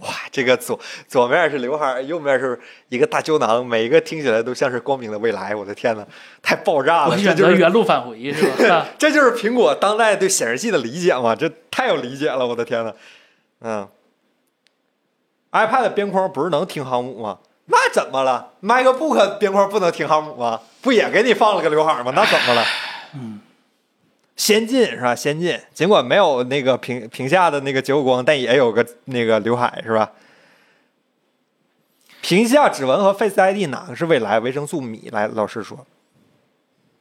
哇，这个左左面是刘海儿，右面是一个大胶囊，每一个听起来都像是光明的未来。我的天呐，太爆炸
我
了！这
选
就
择
是
原路返回是
*laughs*
吧是吧？
这就是苹果当代对显示器的理解嘛？这太有理解了，我的天呐。嗯，iPad 的边框不是能听航母吗？那怎么了？MacBook 边框不能听航母吗？不也给你放了个刘海吗？那怎么了？嗯，先进是吧？先进，尽管没有那个屏屏下的那个结构光，但也有个那个刘海是吧？屏下指纹和 Face ID 哪个是未来？维生素米来，老师说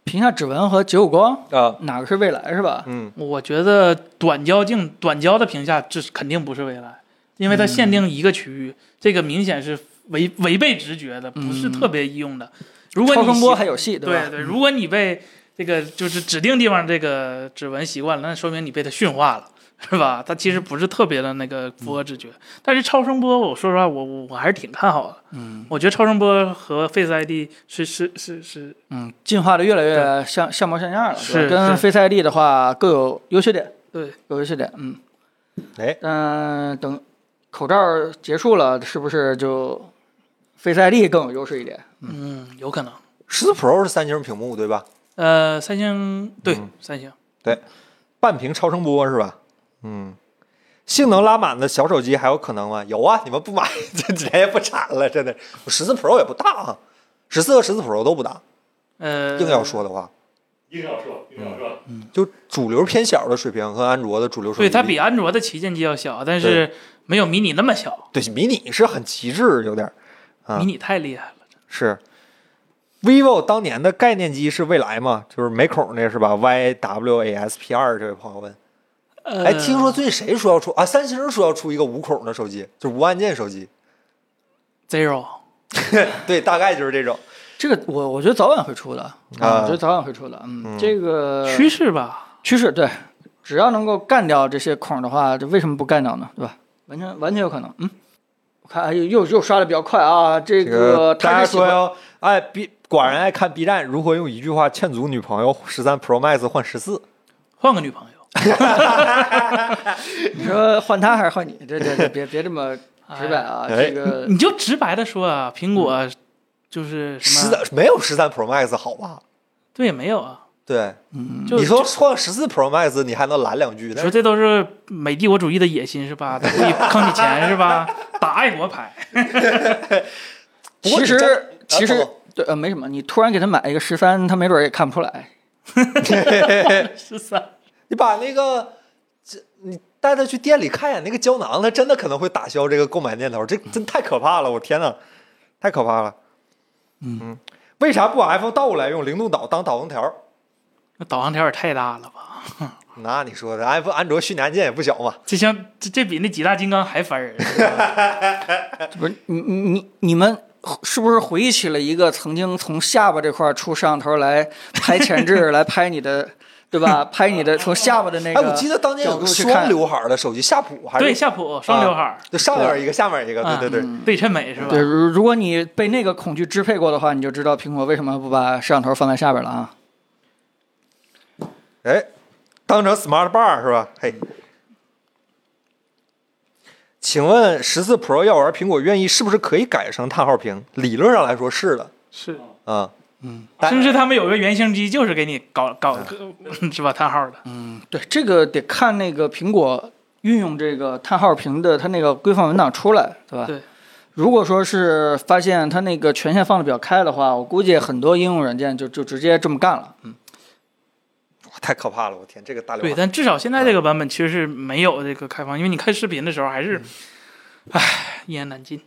屏下指纹和结果光
啊、
哪个是未来是吧？
嗯，
我觉得短焦镜短焦的屏下这是肯定不是未来，因为它限
嗯
定一个区域，这个明显是违违背直觉的，不
嗯
是特别医用的。如果
超
你
声
习
波还有戏吧
对？对，如果你被这个就是指定地方这个指纹习惯了，那说明你被它驯化了，是吧？它其实不是特别的那个符合直觉，但是超声波，我说实话，我我我还是挺看好的。嗯，我觉得超声波和 Face ID 是是是是
嗯，进化的越来越像像模像样了，
是
对吧跟
是
Face ID 的话各有优缺点，
对，
有优缺点，嗯，
哎，
嗯，等口罩结束了，是不是就 Face ID 更有优势一点？
嗯，有可能。
十四 Pro 是三星屏幕对吧？
呃，三星对、
嗯
三星，
半屏超声波是吧？嗯，性能拉满的小手机还有可能吗？有啊，你们不买 *laughs* 这几年也不产了，真的。十四 Pro 也不大啊，十四和十四 Pro 都不大。
呃，
硬要说的话，
嗯
嗯
硬要说，硬要说，
就主流偏小的水平和安卓的主流手机
对
比，
它比安卓的旗舰机要小，但是没有迷你那么小，
对迷你是很极致，有点儿啊
迷你太厉害了。
是。vivo 当年的概念机是未来嘛？就是没孔的是吧？YWASP 二这位朋友问，
呃，
哎，听说最近谁说要出啊？三星说要出一个无孔的手机，就是无按键手机。
Zero
对，大概就是这种。
这个我我觉得早晚会出的
啊
我觉得早晚会出的。嗯，
嗯
这个
趋势吧，
趋势对，只要能够干掉这些孔的话，这为什么不干掉呢？对吧？完全完全有可能。嗯，我看哎呦又又刷的比较快啊，这
这个
个
大
他
家
是喜
说
欢
要爱 B，寡人爱看 B 站如何用一句话劝阻女朋友十三 Pro Max 换十四。
换个女朋友。
你说换他还是换你？这这这别别这么直白啊！
*laughs* 哎
这个
你就直白的说啊，苹果就是
十
什么
三没有十三 Pro Max 好吧？
对没有啊，
对，
就
你说
就
换十四 Pro Max 你还能拦两句，
你
但
说
是
这都是美帝国主义的野心是吧？他故意坑你钱是吧？打爱国牌，
不过
其
你真
实其
啊
实
不不
对呃没什么，你突然给他买一个十三，他没准儿也看不出来。
十三
你把那个这你带他去店里看一眼那个胶囊，他真的可能会打消这个购买念头，这真太可怕了！我天呐，太可怕了。
嗯
为啥不把 iPhone 倒过来用灵动岛当导航条？
那导航条也太大了吧？
那你说的，iPhone 安卓虚拟按键也不小嘛？
这像这这比那几大金刚还烦人。
不是你你你你们是不是回忆起了一个曾经从下巴这块儿出摄像头来拍
*laughs*
前置，来拍你的对吧？拍你的从下巴的那个
哎，我记得当年有
角
个
度去
双
看。
刘海儿的手机，夏普还是
对，夏普双刘海儿，
就上面一个，下面一个，
啊
对对
嗯
对，
对称美是吧？
对，如如果你被那个恐惧支配过的话，你就知道苹果为什么不把摄像头放在下边了啊！
哎，当成 Smart Bar 是吧？嘿，请问十四 Pro 要玩苹果愿意是不是可以改成碳化屏？理论上来说是的
是，
啊，
嗯是不是他们有个原型机就是给你搞搞 *laughs* 是吧？叹号的，
嗯，对，这个得看那个苹果运用这个叹号屏的它那个规范文档出来，对吧？
对。
如果说是发现它那个权限放的比较开的话，我估计很多应用软件就就直接这么干了。
嗯哇太可怕了！我天，这个大刘
对，
海
但至少现在这个版本其实是没有这个开放，因为你看视频的时候还是，唉，一言难尽。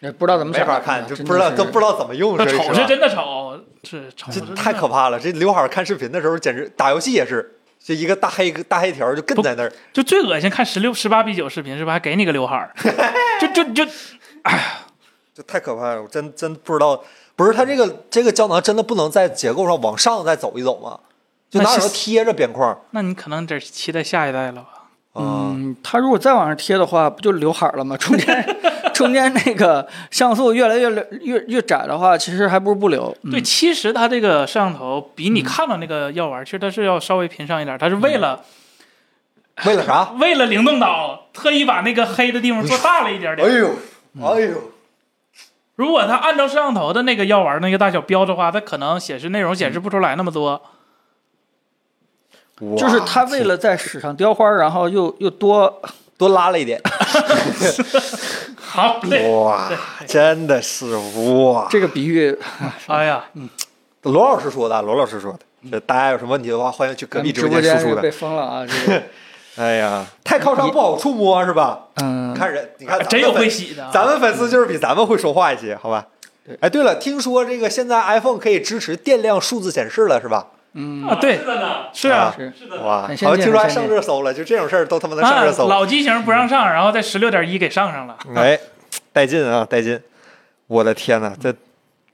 也不知道怎么
没
想的，
法
啊
看，就
真的
不知道
是
都不知道怎么用，
那
是
丑
是
是
吧
真的丑，是丑是
这
真的
啊太可怕了！这刘海儿看视频的时候，简直打游戏也是，这一个大黑大黑条就跟在那儿，
就最恶心，看十六、十八比九视频是吧？还给你个刘
*laughs*
海儿，就就就
这太可怕了！我真真不知道，不是它这个这个胶囊真的不能在结构上往上再走一走吗？就
那
哪
是
有人贴着边框
那你可能得期待下一代了吧？
啊？
嗯，它如果再往上贴的话，不就刘海了吗？ *laughs* 中间中间那个像素越来越越越窄的话，其实还不如不留。嗯
对，其实它这个摄像头比你看到那个药丸，其实它是要稍微偏上一点，它是为了
为了啥？
为了灵动岛特意把那个黑的地方做大了一点
哎
点。
呦，哎呦，
如果它按照摄像头的那个药丸那个大小标的话，它可能显示内容
嗯
显示不出来那么多。
就是他为了在史上雕花，然后又又多
多拉了一点，
好，对，
哇，真的是哇！
这个比喻，
哎呀，
罗老师说的，罗老师说的，这大家有什么问题的话，欢迎去隔
咱
壁
们
直
直播
间
间
输出
又被
的。
封了啊！这
*laughs*
个，
哎呀，太靠上不好触摸是吧？
嗯
你，看人，你看咱们
真有
粉
会洗的啊。
咱们粉丝就是比咱们会说话一些，好吧
对？
哎，对了，听说这个现在 iPhone 可以支持电量数字显示了，是吧？
嗯，
啊，对
是，的呢，
是啊，
是
是的呢，
哇，好
很先进
像听说还
很先
上
进
热搜了，就这种事儿都他妈能
啊
上热搜。
老机型不让上，然后在十六点一给上上了。
哎，带劲啊，带劲！我的天呐，这，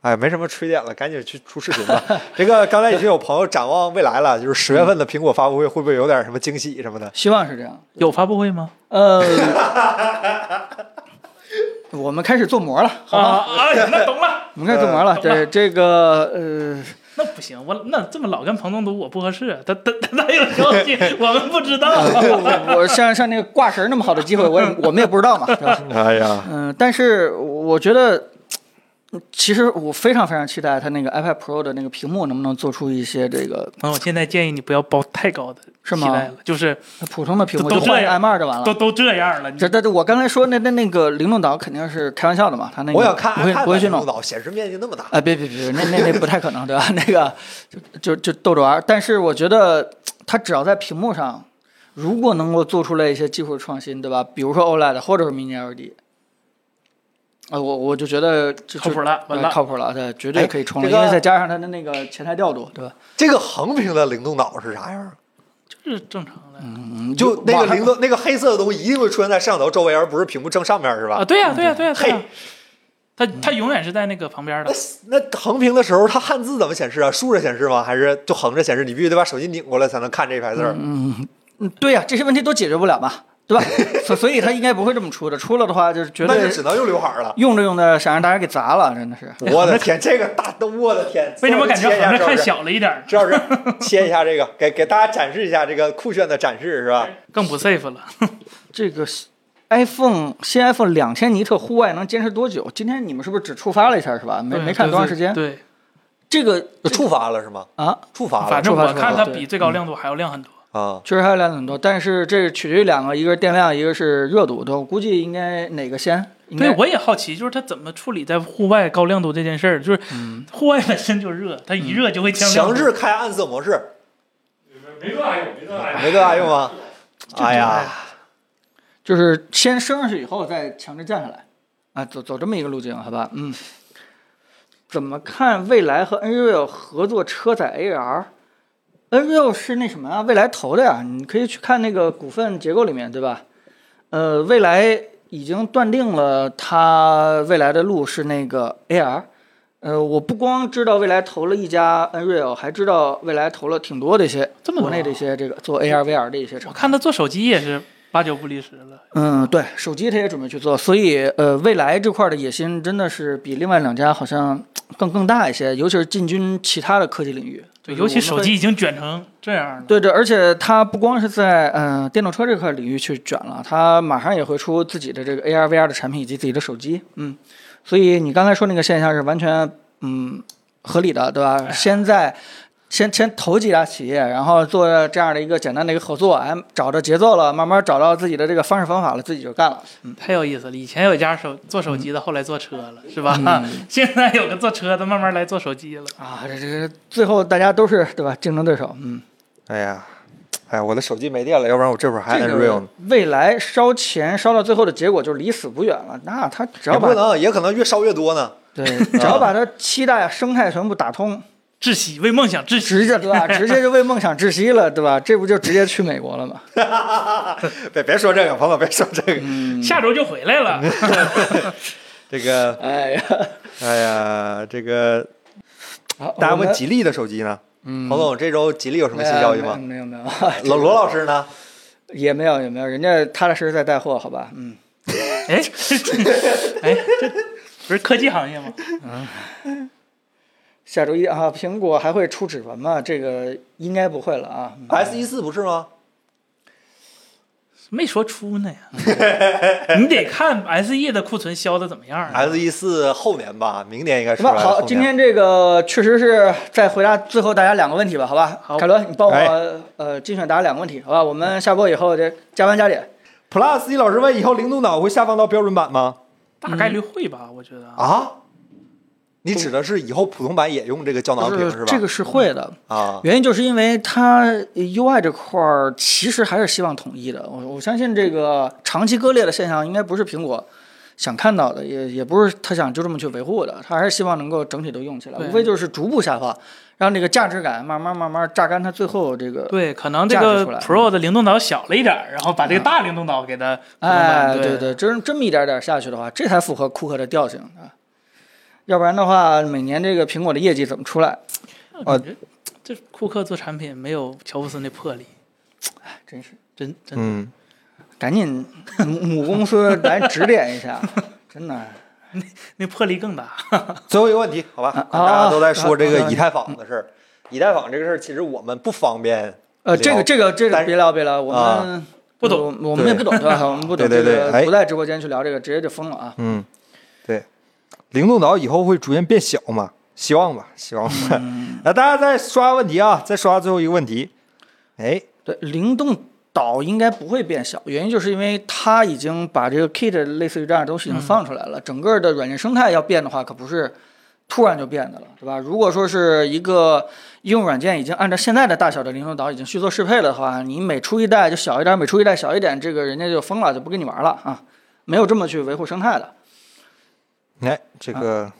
哎，没什么吹点了，赶紧去出视频吧。这个刚才已经有朋友展望未来了，就是十月份的苹果发布会会不会有点什么惊喜什么的？
希望是这样。
有发布会吗？
*laughs*
呃，我们开始做模了，好
啊
吧？
啊，那懂了， *laughs*
我们开始做
呃
模了。
懂了
对这个呃，
那不行，我那这么老跟彭总赌我不合适啊，他他他他有消息我们不知道。
我我像像那个挂绳
*laughs*
那嗯么好的机会，我也我们也不知道嘛，对吧？
哎呀，
嗯，但是我觉得其实我非常非常期待它那个 iPad Pro 的那个屏幕能不能做出一些这个
*laughs* 朋友，现在建议你不要抱太高的
是吗
期待了，就是
普通的屏幕，
都
就
都这
换
样
M 二就完
都
了。
都这样了，你
这这这，我刚才说那那那个灵动岛肯定是开玩笑的嘛，他那个
我想看
不会
iPad
不会去
的
弄
主。导显示面积那么大，
啊，别别别，那那那不太可能，对吧？ *laughs* 那个就就就逗着玩儿。但是我觉得它只要在屏幕上，如果能够做出来一些技术创新，对吧？比如说 OLED 或者是 Mini LED，啊、E 我我就觉得这
靠谱了，完
呃
了。
靠谱了，对，绝对可以冲了，
哎这个
因为再加上它的那个前台调度，对吧？
这个横屏的灵动岛是啥样？
是正常的
嗯，
就那
网
个
上
灵动那个黑色的东西一定会出现在摄像头周围，而不是屏幕正上面，是吧
啊，？对呀，对呀，对呀，对呀
嘿，
它它永远是在那个旁边的，
那那横屏的时候，它汉字怎么显示啊？竖着显示吗？还是就横着显示？你必须得把手机拧过来才能看这一排字儿。
嗯，嗯对呀、这些问题都解决不了嘛，对吧？所所以它应该不会这么出的，出了的话就是嗯绝
那就
对
只能用刘海了。
用着用着想让大家给砸了，真的是。
我 *laughs* 的天，这个大，我的天！
*laughs* 为什么感觉
切一下
好像
赵
看
老师？
小了一点儿，
赵老 *laughs* 师，切一下这个，给给大家展示一下这个酷炫的展示，是吧？
更不 safe 了？
这个 iPhone 新 iPhone 两千尼特户外能坚持多久？今天你们是不是只触发了一下是吧？没
对
没看多长时间？
对，对
这个
触发了是吗？
啊，
触发了
反正
触发
我
出
看
来
它
对
比最高亮度还要亮很多。
啊！
确实还有两很多，但是这取决于两个，一个是电量，一个是热度，对吧，我估计应该哪个先？应
对
该，
我也好奇，就是它怎么处理在户外高亮度这件事儿，就是
嗯，
户外本身就热，它一热就会降亮
强
度。
制开暗色模式，
没没多大用，没多大用，
没多大用啊。哎呀，
就是先升上去以后再强制降下来，啊，走走这么一个路径，好吧？嗯，怎么看未来和 Nreal 合作车载 AR？Nreal 是那什么啊，未来投的呀，你可以去看那个股份结构里面，对吧？呃，未来已经断定了它未来的路是那个 AR。呃，我不光知道未来投了一家 Nreal，还知道未来投了挺多的一些
这么多
国
啊
内的一些这个做 AR VR 的一些厂商。
我看它做手机也是八九不离十了。
嗯，对，手机它也准备去做，所以呃，未来这块儿的野心真的是比另外两家好像更更大一些，尤其是进军其他的科技领域，
对，
就是
尤其
我们
手
会
机。已经卷成这样了。
对对，而且它不光是在嗯、呃电动车这块领域去卷了，它马上也会出自己的这个 AR VR 的产品以及自己的手机，嗯，所以你刚才说那个现象是完全嗯合理的，对
哎
吧？先在先先投几家企业，然后做这样的一个简单的一个合作，哎，找着节奏了，慢慢找到自己的这个方式方法了，自己就干了。
太有意思了！以前有一家手做手机的，
嗯
后来做车了，是吧？ *laughs* 现在有个做车的，慢慢来做手机了。
啊，这这这最后大家都是对吧？竞争对手，嗯，
哎呀，哎呀，我的手机没电了，要不然我这会儿还
这
Unreal
个
呢。
未来烧钱烧到最后的结果就是离死不远了。那他只要
也不
把
能，也可能越烧越多呢。
对，
*laughs*
只要把他七大生态全部打通，
窒息，为梦想窒息。
直接对吧？直接就为梦想窒息了，对吧？这不就直接去美国了吗？
别别说这个，朋友，别说这个，
嗯
下周就回来了，
这个，
哎呀，
*laughs* 哎呀，这个，
好
大家
我们
问吉利的手机呢？
嗯
彭总，这周吉利有什么新
哎
消息
没有
吗？
没有没有， *laughs*
罗罗老师呢？
也没有也没有，人家踏踏实实在带货，好吧？嗯，
*laughs* 哎，哎，这不是科技行业吗？
下周一啊，苹果还会出指纹吗？这个应该不会了啊。嗯
S E 一四不是吗？
没说出
*laughs*
呢呀，你得看 S E 的库存销的怎么样啊。
S E 四后年吧，明年应该出
行吧，
来。
好，
后
今
年
天这个确实是在回答最后大家两个问题吧，好吧？
好
凯伦，你帮我、
哎
呃精选答两个问题，好吧？我们下播以后这加班加点。
Plus 一老师问：以后灵动岛会下放到标准版吗？
大概率会吧，我觉得。
哦
啊？你指的是以后普通版也用这个胶囊屏吧？
这个是会的，
啊，
原因就是因为它呃 UI 这块儿其实还是希望统一的。我我相信这个长期割裂的现象应该不是苹果想看到的，也也不是他想就这么去维护的，他还是希望能够整体都用起来，
对
无非就是逐步下放，让这个价值感慢慢慢慢榨干它最后这个。
对，可能这
价值
个
出来嗯
Pro 的灵动岛小了一点儿，然后把这个大灵动岛给它普通版。
哎，对对，真这么一点点下去的话，这才符合库克的调性啊。要不然的话，每年这个苹果的业绩怎么出来？
啊
哦
感觉这库克做产品没有乔布斯那魄力，
真是，
真真的。
嗯，
赶紧母母公司来指点一下，真的。
那魄力更大。
最后一个问题，好吧，
啊
大家都在
啊
说
啊
这个
啊
以太坊的事儿。以太坊这个事儿，其实我们不方便。
呃，这个这个这
但
个
是
别聊别聊，我们
啊
不懂
我我们也不懂对吧？我们不懂
对
这
对对
个，
哎
不在直播间去聊这个，直接就封了啊。
嗯，对，灵动岛以后会逐渐变小嘛？希望吧，希望吧。
嗯，
*laughs* 那大家再刷问题啊，再刷最后一个问题。哎，
对，灵动岛应该不会变小，原因就是因为它已经把这个 Kit 类似于这样的东西已经放出来了，整个的软件生态要变的话，可不是突然就变的了，对吧？如果说是一个应用软件已经按照现在的大小的灵动岛已经去做适配了的话，你每出一代就小一点，每出一代小一点，这个人家就疯了，就不跟你玩了啊，没有这么去维护生态的。
哎，这个、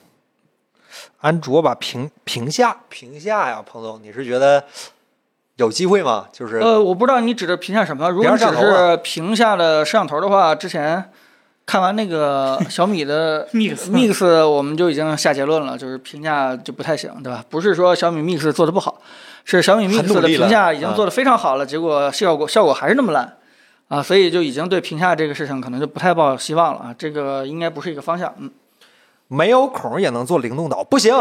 安卓把屏屏下屏下呀，彭总，你是觉得有机会吗？就是、
呃，我不知道你指的屏下什么。如果你只
屏下摄像头啊
是屏下的摄像头的话，之前看完
*laughs*
那个小米的
Mix
*laughs* Mix，我们就已经下结论了，就是评价就不太行，对吧？不是说小米 Mix 做的不好，是小米
很
Mix
努
的
力了啊
评价已经做的非常好了，结果效果效果还是那么烂。啊，所以就已经对屏下这个事情可能就不太抱希望了啊，这个应该不是一个方向。嗯，
没有孔也能做灵动岛？不行，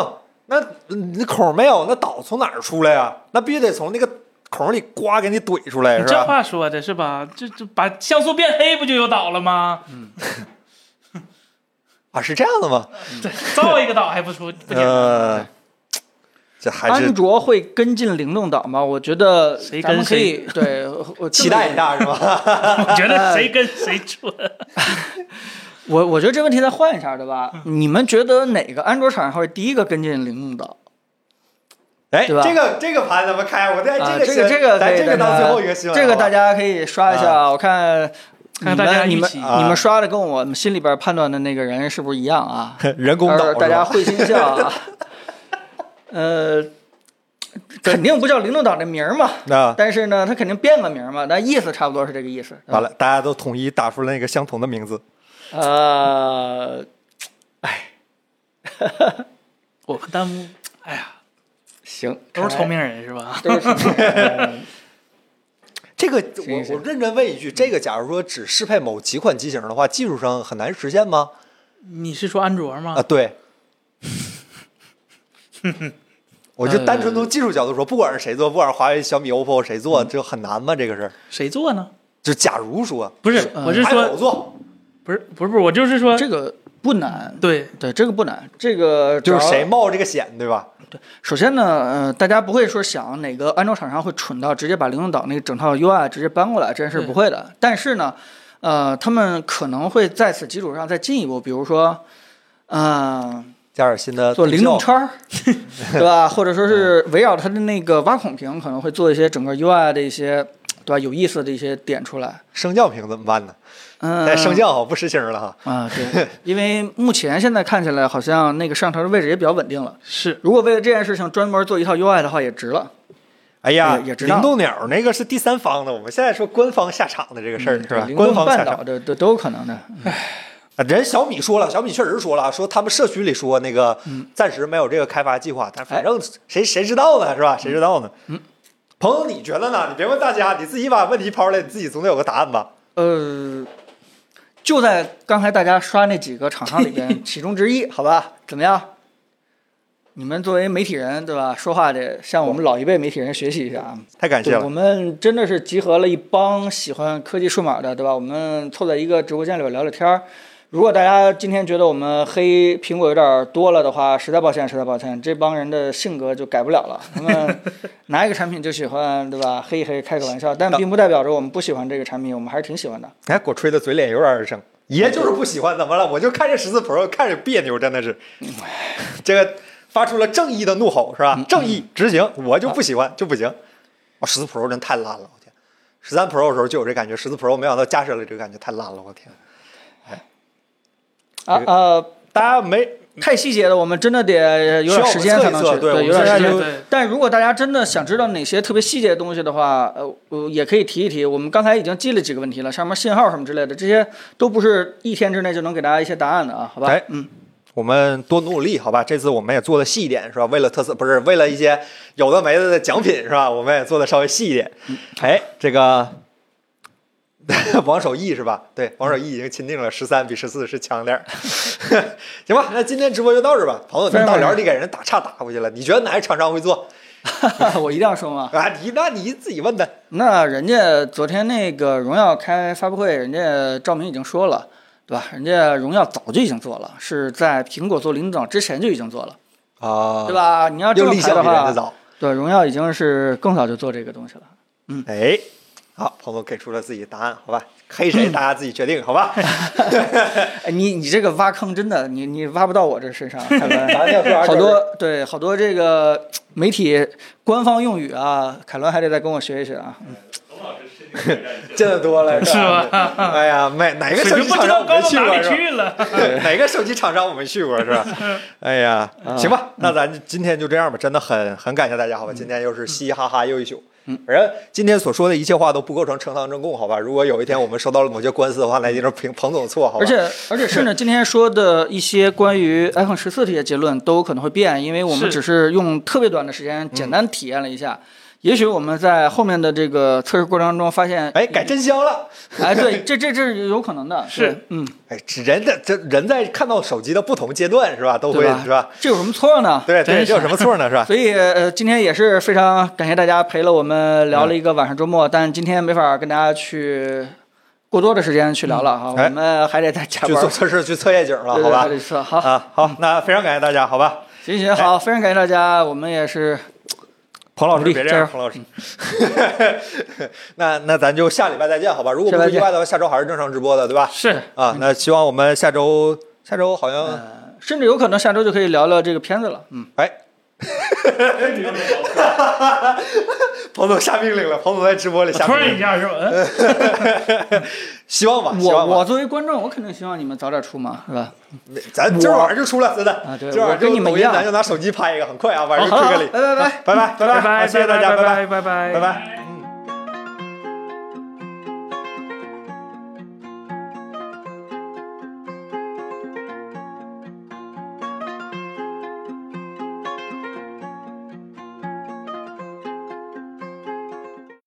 那那孔没有，那岛从哪儿出来呀、那必须得从那个孔里呱给你怼出来，
你
是
啊
这
吧？
话说的是吧？这这把像素变黑不就有岛了吗？
啊，是这样的吗？
嗯
*laughs* 这造一个岛还不出不简单？
呃，这还
安
是
卓会跟进灵动岛吗？我觉得
谁
咱们
跟
可
谁
以对，
*laughs*
我
期待一下是吧？
呃
我觉
*laughs*
得谁跟谁处？
我我觉得这问题再换一下，对吧？
嗯
你们觉得哪个安卓厂商会第一个跟进灵动岛？
哎，
*laughs* 对吧
这个这个盘咱们开，我在
啊，
个
这个
哎这
这个可
咱
以
这个
大
当
家
最后一个新闻，
这个
好吧
大家可以刷一下，我看。你
看
们
大家
你
预
们
期
啊
你们刷的跟我们心里边判断的那个人是不是一样啊？
*laughs* 人工岛
而
是吧，
大家会心笑
*laughs*
啊。呃，肯定不叫灵动岛这名儿嘛，
那
但是呢，它肯定变个名儿嘛，但意思差不多是这个意思。
完了，大家都统一打出了那个相同的名字。
呃，
*laughs* 我们弹幕，哎呀，
行，
都是聪明人是吧？
看来，都是聪明人。
*laughs* 这个
行
我
行
我认真问一
嗯
句，这个假如说只适配某几款机型的话，技术上很难实现吗？
你是说安卓
嗯
吗？
呃
啊，
*laughs*
对。我就单纯从技术角度说，不管是谁做，不管是华为、小米、OPPO 谁
嗯
做，就很难吗？这个事儿，
谁做呢？
就假如说
不是，
嗯
我是
，Apple
说，
做，
不是，不是，不是，我就是说，
这个不难，
对，
对，这个不难，这个只
就
要
是谁？冒这个险，对吧？
首先呢，呃，大家不会说想哪个安卓厂商会蠢到直接把灵动岛那个整套 UI 直接搬过来，这件事
对
不会的。但是呢，呃，他们可能会在此基础上再进一步，比如说，嗯、
加点新的
做灵动
特效
圈儿，
*laughs*
对吧？或者说是围绕它的那个挖孔屏，可能会做一些整个 UI 的一些，对吧？有意思的一些点出来。
升降屏怎么办呢？
嗯、
哎，升降好不实心了哈。
啊，对，因为目前现在看起来好像那个摄像头的位置也比较稳定了。
是
如果为了这件事情专门做一套 UI 的话，也值了。
哎呀，
也也知道
灵动鸟那个是第三方的，我们现在说官方下场的这个事儿、是吧
嗯灵？
官
动
方下
半
场
岛。的都都有可能的。
啊，人小米说了，小米确实说了，说他们社区里说那个暂时没有这个开发计划，但反正谁谁知道呢，是吧？谁知道呢？嗯，朋友，你觉得呢？你别问大家，你自己把问题抛出来，你自己总得有个答案吧？
呃，就在刚才大家刷那几个厂商里
*laughs*
边其中之一，好吧？怎么样？你们作为媒体人，对吧？说话得向我们老一辈媒体人学习一下啊。
太感谢
对，我
了，
们真的是集合了一帮喜欢科技数码的，对吧？我们凑在一个直播间里边聊聊天儿。如果大家今天觉得我们黑苹果有点儿多了的话，实在抱歉，实在抱歉，这帮人的性格就改不了了。
*laughs*
他们拿一个产品就喜欢，对吧？黑一黑，开个玩笑，但并不代表着我们不喜欢这个产品，我们还是挺喜欢的。
哎，果吹的嘴脸油然而生，爷就是不喜欢，怎么了？我就看这十四 Pro 看着别扭，真的是， *laughs* 这个发出了正义的怒吼，是吧？正义执行，我就不喜欢，就不行。哦，十四 Pro 真太烂了，我天！十三 Pro 的时候就有这感觉，十四 Pro 没想到加深了这个感觉，太烂了，我天！
啊呃，
大家没
太细节的，我们真的得有点时间才能
需要我们测一
去，
测对
有
我们
点
现在
时间
就。
对，
但如果大家真的想知道哪些特别细节的东西的话，呃，呃也可以提一提。我们刚才已经记了几个问题了，上面信号什么之类的，这些都不是一天之内就能给大家一些答案的啊，好吧？
哎
嗯， *laughs*
我们多努努力，好吧？这次我们也做的细一点，是吧？为了特色，不是为了一些有的没的的奖品，是吧？我们也做的稍微细一点。
嗯
哎，这个 *laughs* 王守义是吧？对，王守义已经钦定了十三比十四是强点儿。 *laughs* 行吧，那今天直播就到这儿吧。朋友，咱到聊你给人打岔打过去了，你觉得哪个厂商会做
我一定要说嘛。
啊？你那你自己问的。
那人家昨天那个荣耀开发布会，人家赵明已经说了，对吧？人家荣耀早就已经做了，是在苹果做领导之前就已经做了，
啊，
对？吧？你要这
又
么
立
排
项
的
比人家
话，
早。
对，荣耀已经是更早就做这个东西了。
哎，好，彭总给出了自己答案，好吧？黑谁
*clears throat*
大家自己决定，好吧？
哎，你你这个挖坑真的，你你挖不到我这身上，凯伦。
咱要说啥
好多对好多这个媒体官方用语啊，凯伦还得再跟我学一学啊。
董老师身经百战，
见得多了，
是
吧？哎呀，没哪个手
水
机
平不
厂
知
商我
道高
没
到
去
哪
过
里
是吧？
去了。
哪个手机厂商我没去过是
*laughs*
吧？哎呀，行吧，那咱今天就这样吧，真的很很感谢大家，好吧？今天又
嗯
是嘻嘻哈哈又一宿，反正今天所说的一切话都不构成呈堂证供，好吧？如果有一天我们收到了某些官司的话，那一定是彭彭总错，好吧
而？且而且甚至今天说的一些关于 iPhone 十四这些结论都有可能会变，因为我们
是嗯
只是用特别短的时间简单体验了一下。也许我们在后面的这个测试过程当中发现，
哎，改真香了！
哎，对，这这这是有可能的，
是
对，嗯，
哎，人的这人在看到手机的不同阶段是吧，都会
对吧
是吧？
这有什么错呢？
对
真
对，
是
这有什么错呢
*laughs*
是吧？
*laughs* 所以呃，今天也是非常感谢大家陪了我们聊了一个晚上周末，但今天没法跟大家去过多的时间去聊了哈，
哎
我们还得再加
去
班
做。测试去测夜景了，
*laughs* 对
好
对，还
吧？
得
*laughs*
测好，
啊，好，那非常感谢大家，好吧？
行行好，非常感谢大家，我们也是
彭老师
努力
别这
加
样
油，
彭老师。 *laughs* 那那咱就下礼拜再见，好吧？如果不
下
出
礼拜
意外
见嗯
的话，下周还是正常直播的，对吧？
是，
啊，那希望我们下周下周好像
呃甚至有可能下周就可以聊聊这个片子了。嗯，
哎，
你又没搞错
彭总下命令了，彭总在直播里下
*laughs* 突
命
然一
令，
下是吧？嗯
希望啊吧，希
我
望吧
我，作为观众，我肯定希望你们早点出嘛，是吧？
咱今儿晚上就出了，真的，
啊对
今儿晚上
我跟你
就
们
抖
一
音
样
咱就拿手机拍一个，很快啊，晚上
好
就
好，
推
好
给你，
拜拜拜。
拜拜拜
拜
好谢谢大家，
拜
拜
拜拜拜
拜拜。